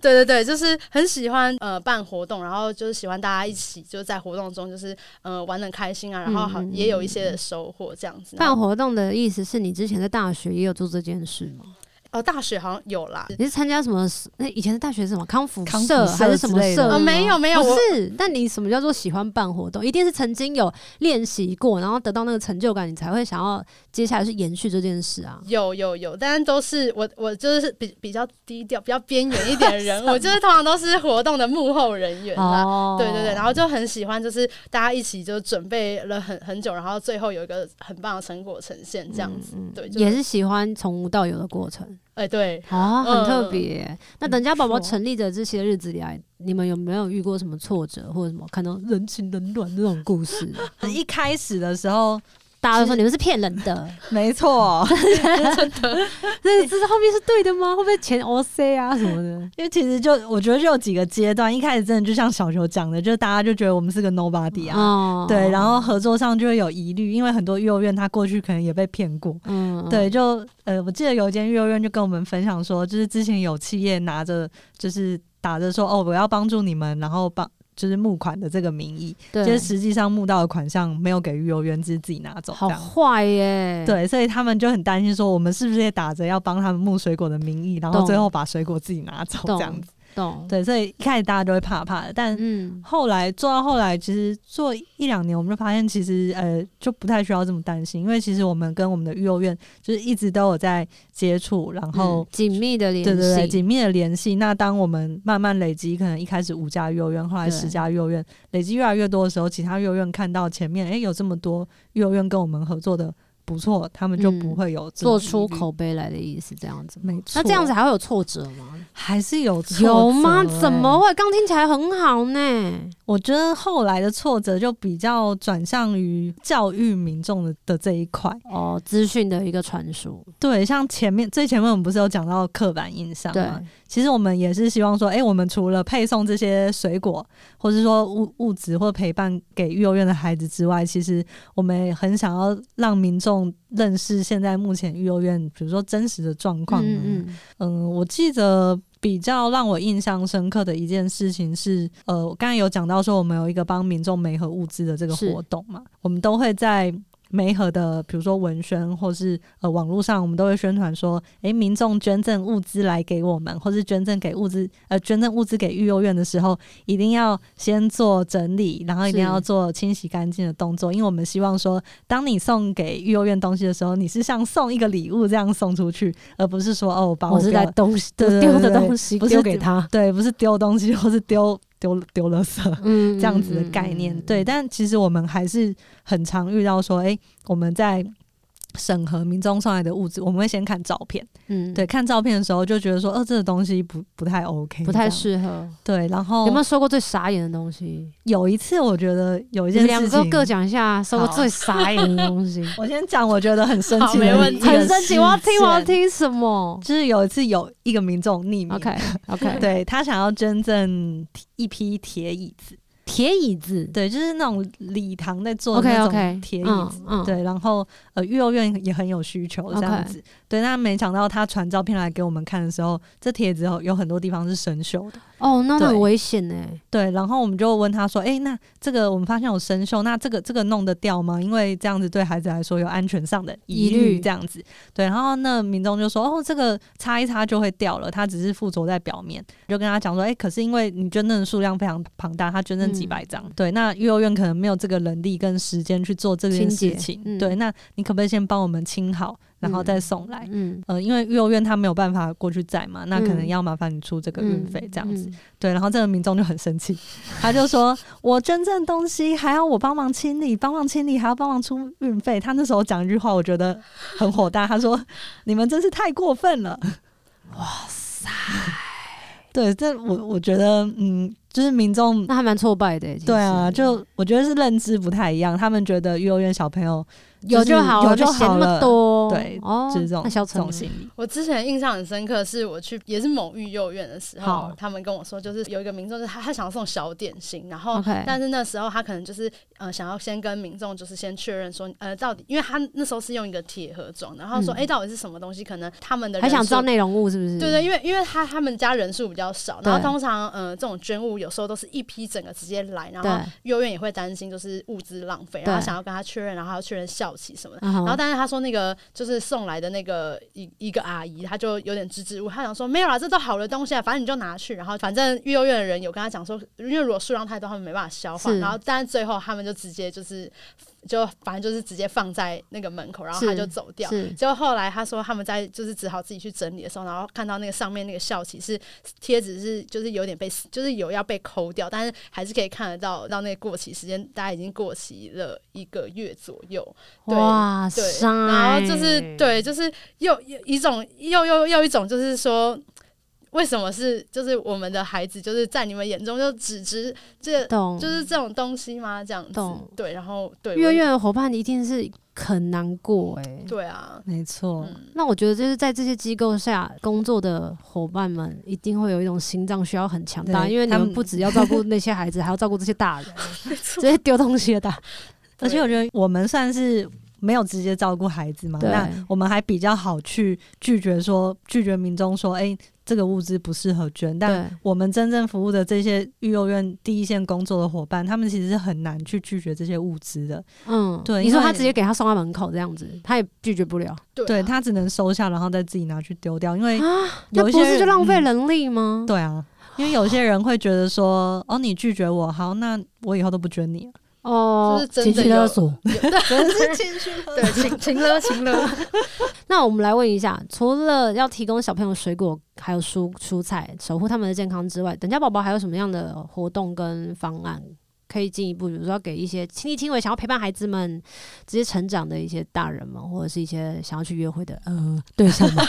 Speaker 3: 对对对，就是很喜欢呃办活动，然后就是喜欢大家一起就是在活动中就是呃玩的开心啊，然后好
Speaker 1: 嗯嗯嗯
Speaker 3: 也有一些的收获这样子。
Speaker 1: 办活动的意思是你之前在大学也有做这件事吗？
Speaker 3: 哦，大学好像有啦。
Speaker 1: 你是参加什么？那以前的大学是什么康复
Speaker 2: 康复
Speaker 1: 社
Speaker 2: 社
Speaker 1: 还是什么
Speaker 2: 之类
Speaker 1: 社
Speaker 2: 的
Speaker 1: 吗？
Speaker 3: 哦没有没有
Speaker 1: 不
Speaker 3: 我
Speaker 1: 是。那你什么叫做喜欢办活动？一定是曾经有练习过，然后得到那个成就感，你才会想要接下来去延续这件事啊。
Speaker 3: 有有有，但是都是我我就是比比较低调、比较边缘一点 的人，我就是通常都是活动的幕后人员啦。
Speaker 1: 哦
Speaker 3: 对对对，然后就很喜欢，就是大家一起就准备了很很久，然后最后有一个很棒的成果呈现，这样子。对，就
Speaker 1: 嗯也是喜欢从无到有的过程
Speaker 3: 哎、对，
Speaker 1: 啊，很特
Speaker 3: 嗯
Speaker 1: 别、那
Speaker 2: 嗯
Speaker 1: 等家宝宝
Speaker 2: 是哦
Speaker 1: 成立的这些日子里来，你们有没有遇过什么挫折或者什么看到人情冷暖那种故事？
Speaker 2: 一开始的时候，
Speaker 1: 大家都说
Speaker 2: 其实
Speaker 1: 你们是骗人的，
Speaker 2: 没错，
Speaker 1: 这这是后面是对的吗？会不会前 OC 啊什么的？
Speaker 2: 因为其实就我觉得就有几个阶段，一开始真的就像小球讲的，就是大家就觉得我们是个 nobody 啊，
Speaker 1: 哦
Speaker 2: 对，然后合作上就会有疑虑，因为很多育幼院他过去可能也被骗过。
Speaker 1: 嗯，
Speaker 2: 对，就呃，我记得有一间育幼院就跟我们分享说，就是之前有企业拿着就是打着说哦，我要帮助你们，然后帮就是募款的这个名义，
Speaker 1: 对，
Speaker 2: 就是实际上募到的款项没有给育幼院，只是自己拿走这
Speaker 1: 好
Speaker 2: 样。
Speaker 1: 坏耶，，
Speaker 2: 对，所以他们就很担心说，我们是不是也打着要帮他们募水果的名义，然后
Speaker 1: 懂
Speaker 2: 最后把水果自己拿走这样
Speaker 1: 懂
Speaker 2: 子。
Speaker 1: 懂，
Speaker 2: 对，所以一开始大家都会怕怕的，但
Speaker 1: 嗯，
Speaker 2: 后来做到后来，其实做一两年，我们就发现其实呃就不太需要这么担心，因为其实我们跟我们的育幼院就是一直都有在接触，然后、
Speaker 1: 嗯紧密的联系，
Speaker 2: 对对对，紧密的联系。那当我们慢慢累积，可能一开始五家幼儿园，后
Speaker 1: 对
Speaker 2: 来十家幼儿园，累积越来越多的时候，其他幼儿园看到前面诶哎有这么多幼儿园跟我们合作的不错，他们就
Speaker 1: 嗯
Speaker 2: 不会有这
Speaker 1: 做
Speaker 2: 种
Speaker 1: 出
Speaker 2: 疑虑，
Speaker 1: 口碑来的意思，这样子吗。
Speaker 2: 没错。
Speaker 1: 那这样子还会有挫折吗？
Speaker 2: 还是有挫折
Speaker 1: 有吗？
Speaker 2: 欸
Speaker 1: 怎么会？刚听起来很好呢。
Speaker 2: 我觉得后来的挫折就比较转向于教育民众的的这一块。
Speaker 1: 哦，资讯的一个传输，
Speaker 2: 对，像前面最前面我们不是有讲到刻板印象
Speaker 1: 对，
Speaker 2: 吗？其实我们也是希望说，哎、我们除了配送这些水果，或是说物物质或陪伴给幼儿园的孩子之外，其实我们也很想要让民众认识现在目前幼儿园，比如说真实的状况啊。
Speaker 1: 嗯嗯，
Speaker 2: 嗯，我记得比较让我印象深刻的一件事情是，呃，我刚才有讲到说我们有一个帮民众媒合物资的这个
Speaker 1: 是
Speaker 2: 活动嘛，我们都会在。媒合的，比如说文宣或是呃网络上，我们都会宣传说，诶，民众捐赠物资来给我们，或是捐赠给物资，呃，捐赠物资给育幼院的时候，一定要先做整理，然后一定
Speaker 1: 是
Speaker 2: 要做清洗干净的动作，因为我们希望说，当你送给育幼院东西的时候，你是像送一个礼物这样送出去，而不是说哦，我把
Speaker 1: 我是
Speaker 2: 丢
Speaker 1: 在
Speaker 2: 了
Speaker 1: 东西
Speaker 2: 对对
Speaker 1: 丢的
Speaker 2: 对对
Speaker 1: 东西
Speaker 2: 不是
Speaker 1: 丢给他，
Speaker 2: 对，不是丢东西，或是丢丢丢垃圾
Speaker 1: 嗯，
Speaker 2: 这样子的概念。
Speaker 1: 嗯，
Speaker 2: 对，但其实我们还是很常遇到说，诶，哎我们在审核民众上来的物资，我们会先看照片。
Speaker 1: 嗯，嗯
Speaker 2: 对，，看照片的时候就觉得说，哦、这个东西不不太 OK，
Speaker 1: 不太
Speaker 2: 这样。
Speaker 1: 适合。
Speaker 2: 对，然后
Speaker 1: 有没有收过最傻眼的东西？
Speaker 2: 有一次，我觉得有一
Speaker 1: 你
Speaker 2: 件
Speaker 1: 们
Speaker 2: 事
Speaker 1: 两
Speaker 2: 情，
Speaker 1: 个各讲一下收过
Speaker 2: 好
Speaker 1: 最傻眼的东西。
Speaker 2: 我先讲，我觉得很生
Speaker 3: 好
Speaker 2: 气的一
Speaker 3: 没
Speaker 2: 个事件，
Speaker 3: 问题
Speaker 1: 很生气，我要听，我要听什 么
Speaker 2: 就是有一次有一个民众匿名
Speaker 1: ？OK OK，
Speaker 2: 对他想要捐赠一批铁椅子，
Speaker 1: 铁椅子
Speaker 2: 对，就是那种礼堂在做的
Speaker 1: OK
Speaker 2: 那
Speaker 1: OK，
Speaker 2: 种铁椅子。
Speaker 1: 嗯，
Speaker 2: 对，然后呃，育幼院也很有需求这样
Speaker 1: OK
Speaker 2: 子。对，但没想到他传照片来给我们看的时候，这帖子有有很多地方是生锈的。
Speaker 1: 哦，那
Speaker 2: 对
Speaker 1: 很危险呢。
Speaker 2: 对，然后我们就问他说：“诶，那这个我们发现有生锈，那这个这个弄得掉吗？因为这样子对孩子来说有安全上的疑
Speaker 1: 疑
Speaker 2: 虑，
Speaker 1: 虑
Speaker 2: 这样子。”对，然后那民众就说：“哦，这个擦一擦就会掉了，它只是附着在表面。”就跟他讲说：“诶，可是因为你捐赠的数量非常庞大，他捐赠
Speaker 1: 嗯
Speaker 2: 几百张，对，那育幼院可能没有这个能力跟时间去做这件
Speaker 1: 清洁
Speaker 2: 事情。
Speaker 1: 嗯
Speaker 2: 对，那你可不可以先帮我们清好，然后
Speaker 1: 嗯
Speaker 2: 再送来？”
Speaker 1: 嗯，
Speaker 2: 呃，因为育幼院他没有办法过去载嘛，那可能
Speaker 1: 嗯
Speaker 2: 要麻烦你出这个运费这样子。
Speaker 1: 嗯，嗯
Speaker 2: 对，然后这个民众就很生气，他就说：“我捐赠东西还要我帮忙清理，帮忙清理还要帮忙出运费。”他那时候讲一句话，我觉得很火大，他说：“你们真是太过分了！”哇塞， 对，这我我觉得，嗯，就是民众
Speaker 1: 那还蛮挫败的。其实
Speaker 2: 对啊，就我觉得是认知不太一样，他们觉得幼儿园小朋友
Speaker 1: 有
Speaker 2: 就
Speaker 1: 就
Speaker 2: 是
Speaker 1: 好，啊
Speaker 2: 有
Speaker 1: 就
Speaker 2: 就
Speaker 1: 嫌
Speaker 2: 好
Speaker 1: 那么
Speaker 2: 了，
Speaker 1: 多，
Speaker 2: 对
Speaker 1: 哦，
Speaker 2: 就是这种
Speaker 1: 那小
Speaker 2: 这
Speaker 1: 丑
Speaker 2: 种心理。
Speaker 3: 我之前印象很深刻，是我去也是某育幼院的时候
Speaker 1: 好，
Speaker 3: 他们跟我说，就是有一个民众，就是他他想要送小点心，然后
Speaker 1: OK，
Speaker 3: 但是那时候他可能就是呃想要先跟民众就是先确认说呃到底，因为他那时候是用一个铁盒装，然后说
Speaker 1: 嗯
Speaker 3: 哎、诶到底是什么东西，可能他们的
Speaker 1: 还
Speaker 3: 人
Speaker 1: 想知道
Speaker 3: 数
Speaker 1: 内容物是不是？
Speaker 3: 对对，因为因为他他们家人数比较少，
Speaker 1: 嗯对
Speaker 3: 然后通常呃这种捐物有时候都是一批整个直接来，然后
Speaker 1: 对
Speaker 3: 幼儿园也会担心就是物资浪费，
Speaker 1: 对
Speaker 3: 然后想要跟他确认，然后还要确认校旗什么的。
Speaker 1: 嗯哼，
Speaker 3: 然后，但是他说那个就是送来的那个一一个阿姨，她就有点支支吾吾，她想说没有啦，这都好的东西啊，反正你就拿去。然后，反正育幼院的人有跟她讲说，因为如果数量太多，他们没办法消化。
Speaker 1: 是
Speaker 3: 然后，但是最后他们就直接就是就反正就是直接放在那个门口，然后他
Speaker 1: 是
Speaker 3: 就走掉。
Speaker 1: 是
Speaker 3: 结果后来他说他们在就是只好自己去整理的时候，然后看到那个上面那个校旗是贴纸是就是有点被撕就是有要被抠掉，但是还是可以看得到到那个过期时间，大概已经过期了一个月左右。对
Speaker 1: 哇
Speaker 3: 对，
Speaker 1: 塞，
Speaker 3: 然后就是对，就是又又一种又又又一种就是说。为什么是就是我们的孩子，就是在你们眼中就只知这
Speaker 1: 懂，
Speaker 3: 就是这种东西吗？这样子
Speaker 1: 懂，
Speaker 3: 对，然后对，
Speaker 1: 月
Speaker 3: 我
Speaker 1: 月的伙伴一定是很难过哎。
Speaker 3: 对啊，
Speaker 2: 没错，
Speaker 3: 嗯，
Speaker 1: 那我觉得就是在这些机构下工作的伙伴们，一定会有一种心脏需要很强大，
Speaker 2: 对
Speaker 1: 因为你
Speaker 2: 他
Speaker 1: 们
Speaker 2: 们
Speaker 1: 不只要照顾那些孩子，还 要照顾这些大 人，这些丢东西的大人。
Speaker 2: 而且我觉得我们算是没有直接照顾孩子嘛，
Speaker 1: 对
Speaker 2: 那我们还比较好去拒绝说拒绝民众说，哎、这个物资不适合捐。但
Speaker 1: 对
Speaker 2: 我们真正服务的这些育幼院第一线工作的伙伴，他们其实是很难去拒绝这些物资的。
Speaker 1: 嗯，
Speaker 2: 对
Speaker 1: 你
Speaker 2: 因
Speaker 1: 说他
Speaker 2: 为
Speaker 1: 直接给他送到门口这样子，他也拒绝不了，
Speaker 3: 对啊
Speaker 2: 对他只能收下，然后再自己拿去丢掉，因为
Speaker 1: 啊那
Speaker 2: 有一
Speaker 1: 不
Speaker 2: 些
Speaker 1: 是就
Speaker 2: 人
Speaker 1: 浪费
Speaker 2: 嗯
Speaker 1: 人力吗？
Speaker 2: 对啊，因为有些人会觉得说，哦，你拒绝我，好，那我以后都不捐你了。
Speaker 1: 哦
Speaker 3: 就是真的有
Speaker 1: 索。
Speaker 2: 真是情绪勒索
Speaker 3: 对，情情了情 了，
Speaker 1: 那我们来问一下，除了要提供小朋友水果还有蔬蔬菜，守护他们的健康之外，等家宝宝还有什么样的活动跟方案可以进一步，比如说给一些亲力亲为想要陪伴孩子们直接成长的一些大人们，或者是一些想要去约会的呃对象们？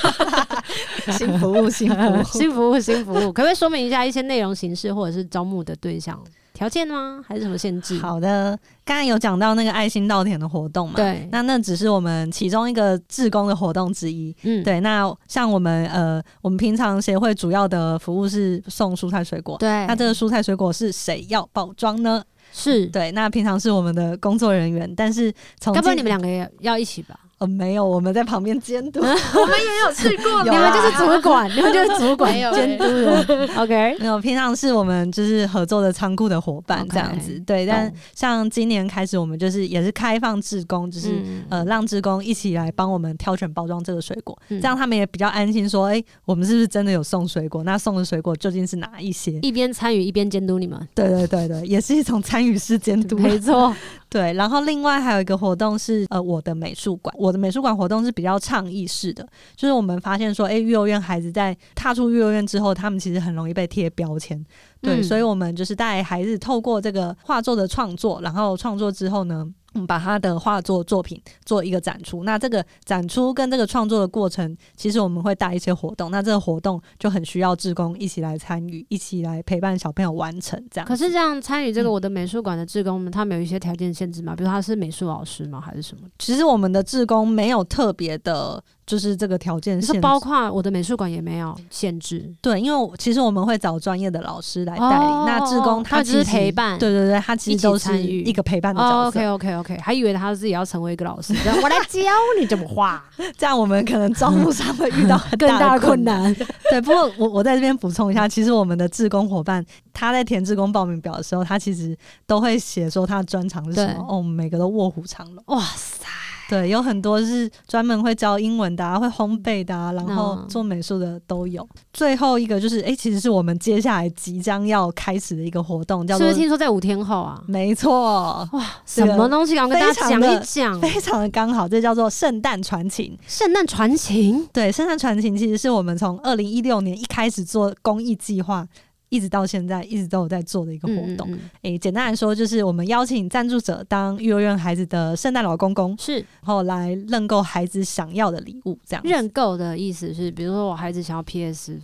Speaker 2: 新服务，新服务。
Speaker 1: 新服务，新服务，可不可以说明一下一些内容形式或者是招募的对象条件吗？还是什么限制？
Speaker 2: 好的，刚才有讲到那个爱心稻田的活动嘛？。
Speaker 1: 对，
Speaker 2: 那那只是我们其中一个志工的活动之一。
Speaker 1: 嗯，
Speaker 2: 对，那像我们呃，我们平常协会主要的服务是送蔬菜水果。
Speaker 1: 对，
Speaker 2: 那这个蔬菜水果是谁要包装呢？
Speaker 1: 是，
Speaker 2: 对，那平常是我们的工作人员，但是从
Speaker 1: 该不会你
Speaker 2: 近
Speaker 1: 们两个也要一起吧？
Speaker 2: 呃没有，我们在旁边监 督。
Speaker 3: 我们也有去过啦，
Speaker 2: 有
Speaker 1: 你们
Speaker 2: 啊
Speaker 1: 就是主管， 你们就是主管
Speaker 3: 没有
Speaker 1: 监督人。OK，
Speaker 2: 没有，平常是我们就是合作的仓库的伙伴
Speaker 1: OK，
Speaker 2: 这样子。对，但
Speaker 1: 懂
Speaker 2: 像今年开始，我们就是也是开放志工，就是、呃让志工一起来帮我们挑选包装这个水果，
Speaker 1: 嗯
Speaker 2: 这样他们也比较安心说，哎、我们是不是真的有送水果？那送的水果究竟是哪一些？
Speaker 1: 一边参与一边监督你们，
Speaker 2: 对对对对，也是一种参与式监督。
Speaker 1: 没错，
Speaker 2: 对，然后另外还有一个活动是呃，我的美术馆，我的美术馆活动是比较倡议式的，就是我们发现说，诶，幼儿园孩子在踏出幼儿园之后，他们其实很容易被贴标签，对，
Speaker 1: 嗯
Speaker 2: 所以我们就是带孩子透过这个画作的创作，然后创作之后呢。我们把他的画作作品做一个展出，那这个展出跟这个创作的过程，其实我们会带一些活动，那这个活动就很需要志工一起来参与，一起来陪伴小朋友完成这样 子。
Speaker 1: 可是这样参与这个
Speaker 2: 嗯
Speaker 1: 我的美术馆的志工们，他们有一些条件限制吗？比如他是美术老师吗？还是什么？
Speaker 2: 其实我们的志工没有特别的，就是这个条件
Speaker 1: 你
Speaker 2: 限
Speaker 1: 说
Speaker 2: 制，
Speaker 1: 包括我的美术馆也没有限制，
Speaker 2: 对，因为我其实我们会找专业的老师来带领。
Speaker 1: 哦
Speaker 2: 那志工
Speaker 1: 他
Speaker 2: 他
Speaker 1: 只是
Speaker 2: 其实
Speaker 1: 陪伴
Speaker 2: 对对对，他其
Speaker 1: 一
Speaker 2: 实
Speaker 1: 起
Speaker 2: 都
Speaker 1: 参
Speaker 2: 是
Speaker 1: 与
Speaker 2: 一个陪伴的
Speaker 1: 哦
Speaker 2: 角色。
Speaker 1: ，OK OK OK，还以为他自己要成为一个老师，这样我来教你怎么画，
Speaker 2: 这样我们可能招募上会 遇到很
Speaker 1: 更大
Speaker 2: 大
Speaker 1: 的困
Speaker 2: 的困难。
Speaker 1: 难。
Speaker 2: 对，不过我我在这边补充一下，其实我们的志工伙伴他在填志工报名表的时候，他其实都会写说他的专长是什
Speaker 1: 对
Speaker 2: 么。哦，我们每个都卧虎藏龙。
Speaker 1: 哇塞，
Speaker 2: 对，有很多是专门会教英文的、啊，会烘焙的、啊，然后
Speaker 1: 嗯
Speaker 2: 做美术的都有。最后一个就是，诶，其实是我们接下来即将要开始的一个活动，叫
Speaker 1: 是不
Speaker 2: 做
Speaker 1: 是听说在五天后啊？
Speaker 2: 没错，
Speaker 1: 哇，什
Speaker 2: 这个
Speaker 1: 么东西？赶快跟大家
Speaker 2: 非常
Speaker 1: 讲一
Speaker 2: 的
Speaker 1: 讲。
Speaker 2: 非常的刚好，这叫做圣诞传情。
Speaker 1: 圣诞传情，
Speaker 2: 对，圣诞传情其实是我们从二零一六年一开始做公益计划。一直到现在，一直都有在做的一个活
Speaker 1: 嗯
Speaker 2: 动。
Speaker 1: 嗯嗯
Speaker 2: 诶、简单来说，就是我们邀请赞助者当幼儿园孩子的圣诞老公公，
Speaker 1: 是
Speaker 2: 然后来认购孩子想要的礼物，这样子。
Speaker 1: 认购的意思是，比如说我孩子想要 PS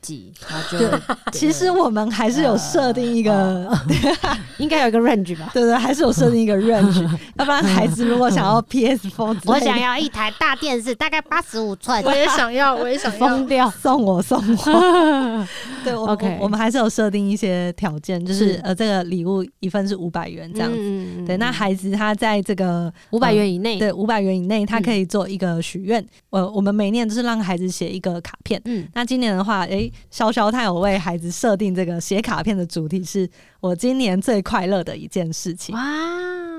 Speaker 1: 几，然后就
Speaker 2: 其实我们还是有设定一
Speaker 1: 嗯
Speaker 2: 个，
Speaker 1: 哦应该有一个 range 吧。
Speaker 2: 对对，还是有设定一 个 range，要不然孩子如果想
Speaker 1: 嗯
Speaker 2: 要 PS Four，
Speaker 4: 我想要一台大电视，大概八十五寸。
Speaker 3: 我也想要，我也想
Speaker 1: 疯
Speaker 3: 要。
Speaker 1: 掉，
Speaker 2: 送我送我， 对我
Speaker 1: OK
Speaker 2: 我我们还是有设定一些条件，就是
Speaker 1: 是
Speaker 2: 呃，这个礼物一份是五百元 这样子。
Speaker 1: 嗯
Speaker 2: 对，那孩子他在这个
Speaker 1: 五百元以内，
Speaker 2: 对五百元以内，他可以做一个许愿。呃，我们每年就是让孩子写一个卡片。
Speaker 1: 嗯，
Speaker 2: 那今年的话，诶，潇潇他有为孩子设定这个写卡片的主题是“我今年最快乐的一件事情”。
Speaker 1: 哇，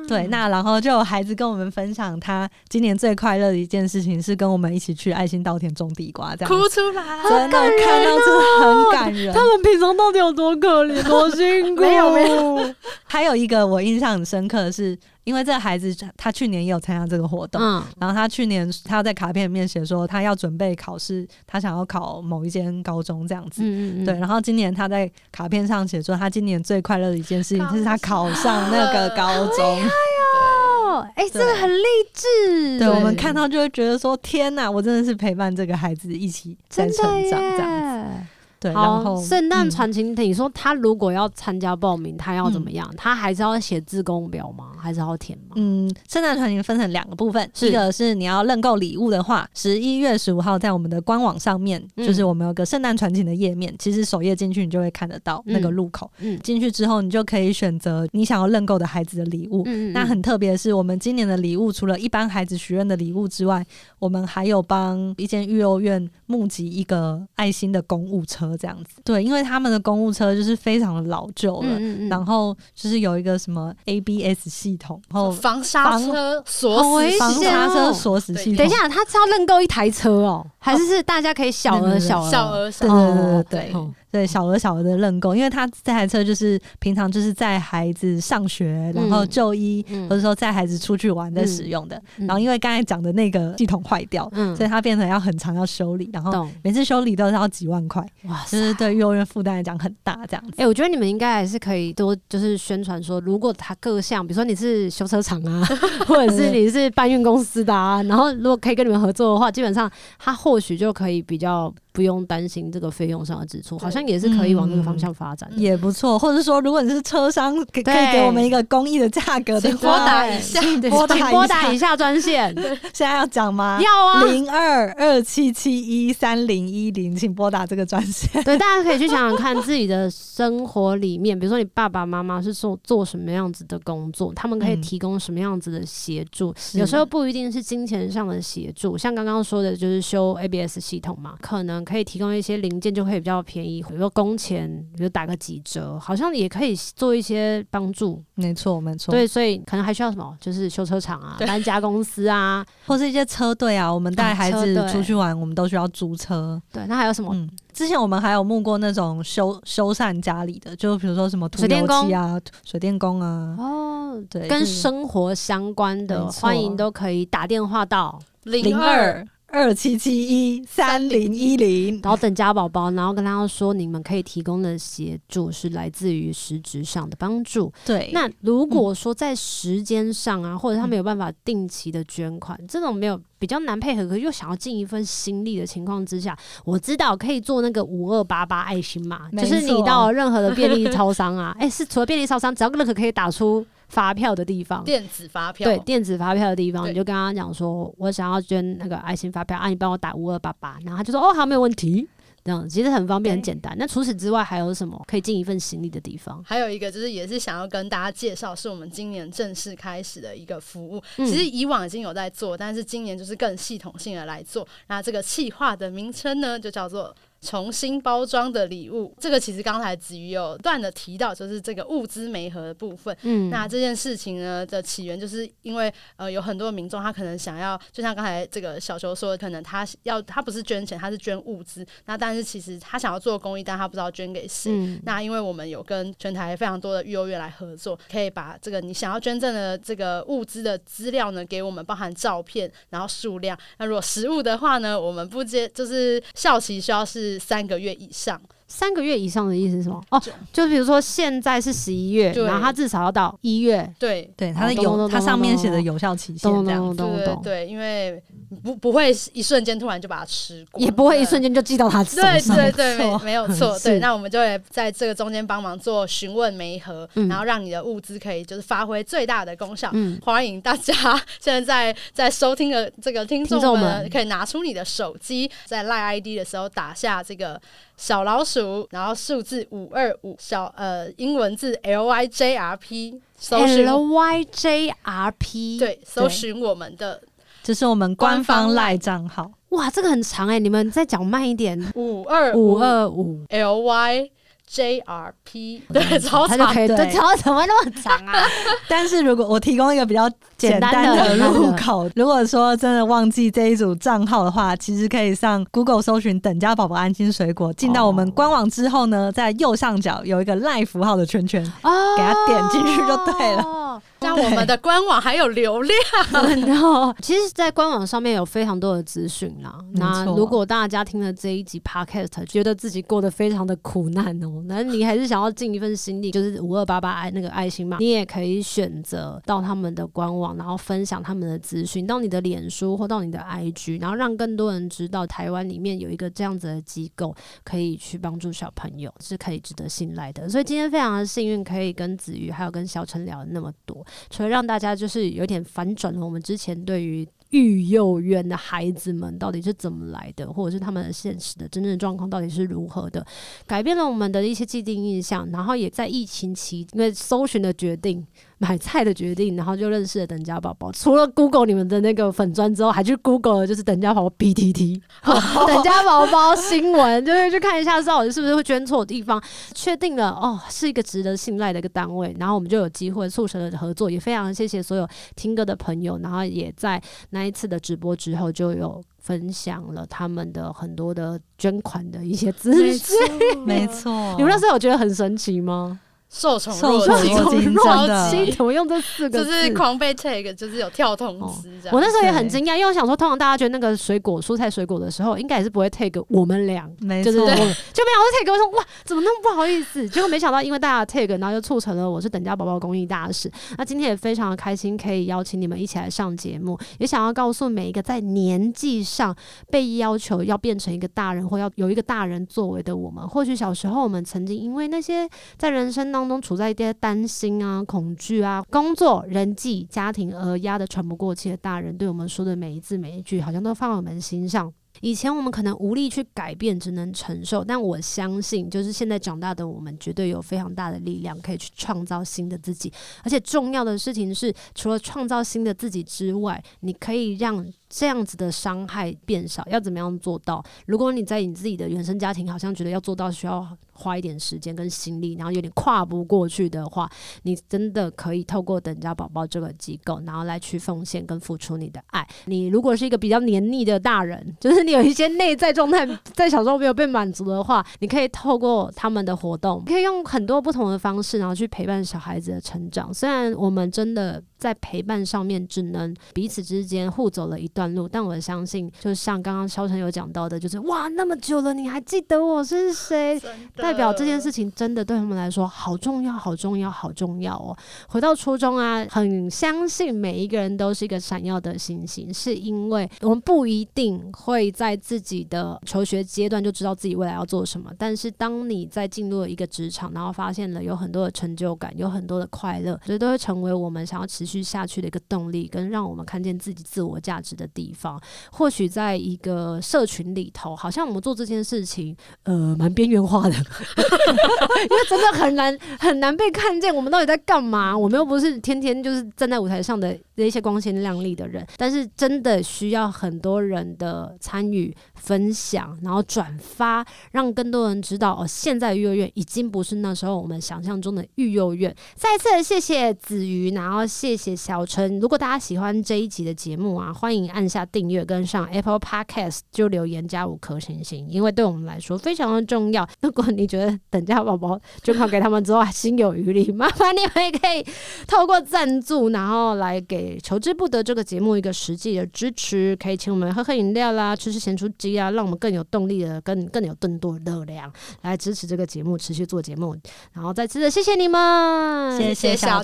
Speaker 2: 对，那然后就有孩子跟我们分享，他今年最快乐的一件事情是跟我们一起去爱心稻田种地瓜，这样
Speaker 3: 哭
Speaker 2: 子
Speaker 3: 出来，
Speaker 2: 真的看到真的很感人。
Speaker 1: 哦们平常到底有多可怜，多辛 苦？
Speaker 3: 没有没
Speaker 1: 有，
Speaker 2: 还有一个我印象很深刻的是，因为这个孩子他去年也有参加这个活动，
Speaker 1: 嗯，
Speaker 2: 然后他去年他在卡片里面写说他要准备考试，他想要考某一间高中这样子。
Speaker 1: 嗯嗯，
Speaker 2: 对，，然后今年他在卡片上写说，他今年最快乐的一件事情就是他考上那个 高中。
Speaker 1: 哦，哎，这个很励志，
Speaker 2: 对，我们看到就会觉得说，天哪，我真的是陪伴这个孩子一起在
Speaker 1: 真
Speaker 2: 成
Speaker 1: 的耶
Speaker 2: 长这样子。对，然
Speaker 1: 好，
Speaker 2: 后
Speaker 1: 圣诞
Speaker 2: 嗯
Speaker 1: 传情，你说他如果要参加报名，他要怎么样？他还是要写自工表吗？还是要填吗？
Speaker 2: 嗯，圣诞传情分成两个部分，
Speaker 1: 是
Speaker 2: 一个是你要认购礼物的话，十一月十五号在我们的官网上面，
Speaker 1: 嗯
Speaker 2: 就是我们有个圣诞传情的页面，其实首页进去你就会看得到那个
Speaker 1: 嗯
Speaker 2: 入口，
Speaker 1: 嗯
Speaker 2: 进去之后你就可以选择你想要认购的孩子的礼物。
Speaker 1: 嗯嗯，
Speaker 2: 那很特别的是，我们今年的礼物除了一般孩子许愿的礼物之外，我们还有帮一间育幼院募集一个爱心的公务车，这样子。对，因为他们的公务车就是非常的老旧了，
Speaker 1: 嗯
Speaker 2: 然后就是有一个什么 ABS 系统，然后
Speaker 3: 防刹车锁
Speaker 1: 好危
Speaker 3: 死
Speaker 2: 防
Speaker 1: 险
Speaker 2: 刹
Speaker 1: 哦
Speaker 2: 车锁死系统。
Speaker 1: 等一，下，他是要认购一台车哦，还是是大家可以小额
Speaker 2: 对对对
Speaker 1: 小额
Speaker 3: 小额小
Speaker 2: 对
Speaker 3: 额，
Speaker 2: 对对对对
Speaker 1: 哦
Speaker 2: 对小额小额的认购，因为他这台车就是平常就是载孩子上学，然后
Speaker 1: 嗯
Speaker 2: 就医，
Speaker 1: 嗯
Speaker 2: 或者说载孩子出去玩在使用的。
Speaker 1: 嗯
Speaker 2: 然后因为刚才讲的那个系统坏掉，
Speaker 1: 嗯
Speaker 2: 所以它变成要很长要修理，然后
Speaker 1: 懂
Speaker 2: 每次修理都是要几万块，
Speaker 1: 哇
Speaker 2: 就
Speaker 1: 塞！
Speaker 2: 是哦对幼儿园负担来讲很大这样子。
Speaker 1: 哎、我觉得你们应该还是可以多就是宣传说，如果他各项，比如说你是修车厂 啊，或者是你是搬运公司的啊，然后如果可以跟你们合作的话，基本上他或许就可以比较不用担心这个费用上的支出，好像也是可以往这个方向发展。
Speaker 3: 嗯
Speaker 2: 也不错，或者是说，如果你是车商，可可以
Speaker 1: 对
Speaker 2: 给我们一个公益的价格的
Speaker 3: 请拨
Speaker 2: 话，
Speaker 3: 打一下，
Speaker 1: 对，
Speaker 2: 拨打
Speaker 1: 请
Speaker 2: 一
Speaker 1: 拨
Speaker 2: 下
Speaker 1: 打一下专线，
Speaker 2: 现在要讲吗？
Speaker 1: 要啊，
Speaker 2: 零二二七七一三零一零，请拨打这个专 线。
Speaker 1: 对，大家可以去想想看自己的生活里面，比如说你爸爸妈妈是做做什么样子的工作，他们可以
Speaker 2: 嗯
Speaker 1: 提供什么样子的协助。
Speaker 2: 是
Speaker 1: 有时候不一定是金钱上的协助，像刚刚说的，就是修 ABS 系统嘛，可能可以提供一些零件就可以比较便宜，比如说工钱，比如打个几折，好像也可以做一些帮助。
Speaker 2: 没错，没错，
Speaker 1: 对，所以可能还需要什么，就是修车厂啊、
Speaker 3: 对
Speaker 1: 搬家公司啊，
Speaker 2: 或是一些车队啊，我们带
Speaker 1: 啊
Speaker 2: 孩
Speaker 1: 车
Speaker 2: 子
Speaker 1: 队
Speaker 2: 出去玩，我们都需要租车。
Speaker 1: 对，那还有什么？
Speaker 2: 嗯，之前我们还有募过那种修修缮家里的，就比如说什么涂
Speaker 1: 水电
Speaker 2: 油
Speaker 1: 工
Speaker 2: 漆啊、涂水电工啊，
Speaker 1: 哦，
Speaker 2: 对，
Speaker 1: 跟生活相关的，
Speaker 2: 没错
Speaker 1: 欢迎都可以打电话到。
Speaker 3: 零
Speaker 2: 零
Speaker 3: 二
Speaker 2: 二二七七一三零一零。
Speaker 1: 然后等家宝宝，然后跟他说你们可以提供的协助是来自于实质上的帮助。
Speaker 2: 对，
Speaker 1: 那如果说在时间上啊，或者他没有办法定期的捐款，
Speaker 2: 嗯
Speaker 1: 这种没有比较难配合，可是又想要尽一份心力的情况之下，我知道可以做那个五二八八爱心嘛，
Speaker 2: 没
Speaker 1: 就
Speaker 2: 错
Speaker 1: 是你到任何的便利超商 啊，哎，是除了便利超商，只要任何可以打出发票的地方。
Speaker 3: 电子发票，
Speaker 1: 对电子发票的地方，
Speaker 3: 对
Speaker 1: 你就跟他讲说，我想要捐那个爱心发票，啊，你帮我打五二八八，然后他就说，哦，好，没有问题，这样其实很方便，很简单。那除此之外，还有什么可以尽一份心力的地方？
Speaker 3: 还有一个就是，也是想要跟大家介绍，是我们今年正式开始的一个服务。
Speaker 1: 嗯
Speaker 3: 其实以往已经有在做，但是今年就是更系统性的来做。那这个企划的名称呢，就叫做。重新包装的礼物，这个其实刚才子瑜有不断的提到，就是这个物资媒合的部分。
Speaker 1: 嗯
Speaker 3: 那这件事情呢的起源，就是因为呃有很多民众他可能想要，就像刚才这个小球说的，可能他要他不是捐钱，他是捐物资。那但是其实他想要做公益，但他不知道捐给谁。
Speaker 1: 嗯
Speaker 3: 那因为我们有跟全台非常多的育幼院来合作，可以把这个你想要捐赠的这个物资的资料呢，给我们包含照片，然后数量。那如果食物的话呢，我们不接，就是效期需要是三个月以上。
Speaker 1: 三个月以上的意思是什么？哦，就比如说现在是十一月，
Speaker 3: 对
Speaker 1: 然后他至少要到一月，
Speaker 3: 对，
Speaker 2: 对它的
Speaker 1: 哦懂懂
Speaker 2: 有，
Speaker 1: 懂
Speaker 2: 它上面写的
Speaker 1: 懂
Speaker 2: 有效期限
Speaker 1: 懂
Speaker 2: 这样
Speaker 1: 懂懂
Speaker 2: 子。
Speaker 1: 懂
Speaker 3: 对对
Speaker 1: 懂，
Speaker 3: 对，因为不不会一瞬间突然就把它吃光，
Speaker 1: 也不会一
Speaker 3: 对
Speaker 1: 瞬。间就寄到他手
Speaker 3: 对
Speaker 1: 上。
Speaker 3: 对对，
Speaker 2: 没
Speaker 3: 没
Speaker 2: 错
Speaker 3: 没有错。对，
Speaker 1: 是
Speaker 3: 那我们就会在这个中间帮忙做询问媒合，
Speaker 1: 嗯
Speaker 3: 然后让你的物资可以就是发挥最大的功效。
Speaker 1: 嗯，
Speaker 3: 欢迎大家 现在在在收听的这个听众
Speaker 1: 听众们
Speaker 3: 们，可以拿出你的手机，在赖 ID 的时候打下这个小老鼠，然后数字五二五小呃英文字 L Y J R P 搜寻
Speaker 1: L Y J R P，，
Speaker 3: 对搜寻我们的
Speaker 2: 这是我们官方
Speaker 3: 官方
Speaker 2: 赖账号，
Speaker 1: 哇，这个很长哎、你们再讲慢一点，
Speaker 3: 五二
Speaker 1: 五二五。
Speaker 3: L Y J R P 对超
Speaker 1: 他就
Speaker 3: 长欸
Speaker 1: 可以，
Speaker 2: 对
Speaker 1: 这条怎么那么长啊？
Speaker 2: 但是如果我提供一个比较简单
Speaker 1: 简单的
Speaker 2: 入口，如果说真的忘记这一组账号的话，其实可以上 Google 搜寻“等家宝宝安心水果”，进到我们官网之后呢，在右上角有一个赖符号的圈圈，
Speaker 1: 哦
Speaker 2: 给它点进去就对了
Speaker 1: 了。
Speaker 3: 像我们的官网还有流量，
Speaker 1: 然后，其实，在官网上面有非常多的资讯啦。
Speaker 2: 没
Speaker 1: 那
Speaker 2: 错
Speaker 1: 如果大家听了这一集 podcast，觉得自己过得非常的苦难哦， 那你还是想要尽一份心力，就是五二八八爱那个爱心嘛，你也可以选择到他们的官网，然后分享他们的资讯到你的脸书或到你的 IG，然后让更多人知道台湾里面有一个这样子的机构，可以去帮助小朋友，是可以值得信赖的。所以今天非常的幸运，可以跟子瑜还有跟小陈聊了那么多。除了让大家就是有点反转了我们之前对于育幼院的孩子们到底是怎么来的，或者是他们的现实的真正的状况到底是如何的，改变了我们的一些既定印象，然后也在疫情期因为搜寻的决定，买菜的决定，然后就认识了等家宝宝。除了 Google 你们的那个粉砖之后，还去 Google 了就是等家宝宝 BTT，、哦、等家宝宝新闻，就是去看一下到底是不是会捐错地方。确定了哦，是一个值得信赖的一个单位，然后我们就有机会促成了合作，也非常谢谢所有听歌的朋友，然后也在那一次的直播之后就有。分享了他们的很多的捐款的一些资
Speaker 3: 没
Speaker 1: 讯，
Speaker 3: 错，
Speaker 2: 没错。
Speaker 1: 你们那时候有觉得很神奇吗？
Speaker 3: 受宠
Speaker 2: 受
Speaker 3: 若
Speaker 2: 宠
Speaker 3: 惊，
Speaker 2: 若惊，真
Speaker 3: 超
Speaker 1: 心
Speaker 2: 的。
Speaker 1: 怎么用这四个
Speaker 3: 就
Speaker 1: 字？
Speaker 3: 是狂被 tag，就是有跳通知这样。
Speaker 1: 我那时候也很惊讶，因为我想说，通常大家觉得那个水果、蔬菜、水果的时候，应该也是不会 take 我们俩，
Speaker 2: 没
Speaker 1: 就
Speaker 2: 错
Speaker 1: 是， 我就没想到 take 我说哇，怎么那么不好意思？结果没想到因为大家 take，然后就促成了我是等价宝宝公益大使。那今天也非常的开心，可以邀请你们一起来上节目，也想要告诉每一个在年纪上被要求要变成一个大人，或要有一个大人作为的我们，或许小时候我们曾经因为那些在人生当中处在一些担心啊、恐惧啊、工作、人际、家庭而压得喘不过气的大人，对我们说的每一字每一句，好像都放在我们心上。以前我们可能无力去改变，只能承受。但我相信，就是现在长大的我们，绝对有非常大的力量可以去创造新的自己。而且重要的事情是，除了创造新的自己之外，你可以让这样子的伤害变少。要怎么样做到？如果你在你自己的原生家庭好像觉得要做到需要花一点时间跟心力，然后有点跨不过去的话，你真的可以透过等家宝宝这个机构，然后来去奉献跟付出你的爱。你如果是一个比较黏腻的大人， 就是你有一些内在状态在小时候没有被满足的话，你可以透过他们的活动，可以用很多不同的方式，然后去陪伴小孩子的成长。虽然我们真的在陪伴上面只能彼此之间互走了一段路，但我相信，就像刚刚肖晨有讲到的，就是哇，那么久了你还记得我是谁？
Speaker 3: 真的
Speaker 1: 代表这件事情真的对他们来说好重要，好重要，好重要哦。回到初中啊，很相信每一个人都是一个闪耀的星星，是因为我们不一定会在自己的求学阶段就知道自己未来要做什么，但是当你在进入了一个职场，然后发现了有很多的成就感，有很多的快乐，这都会成为我们想要持续下去的一个动力，跟让我们看见自己自我价值的地方。或许在一个社群里头，好像我们做这件事情，呃，蛮边缘化的，因为真的很难很难被看见。我们到底在干嘛？我们又不是天天就是站在舞台上的那些光鲜亮丽的人，但是真的需要很多人的参与、分享，然后转发，让更多人知道哦，现在育幼院已经不是那时候我们想象中的育幼院。再次谢谢子瑜，然后谢谢小陈。如果大家喜欢这一集的节目啊，欢迎按下订阅跟上 Apple Podcast 就留言加五颗星星，因为对我们来说非常的重要。如果你觉得等家宝宝捐款给他们之后还心有余力，麻烦你们也可以透过赞助，然后来给《求之不得》这个节目一个实际的支持，可以请我们喝喝饮料啦，吃吃咸酥鸡啊，让我们更有动力的，更更有更多的热量来支持这个节目，持续做节目。然后再次的谢谢你们，
Speaker 2: 谢
Speaker 3: 谢
Speaker 2: 小
Speaker 3: 小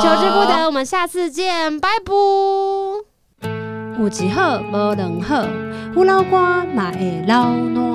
Speaker 2: 球
Speaker 3: 球，
Speaker 1: 求之不得，我们下次见，拜拜。有一好无两好，有老瓜嘛会老烂。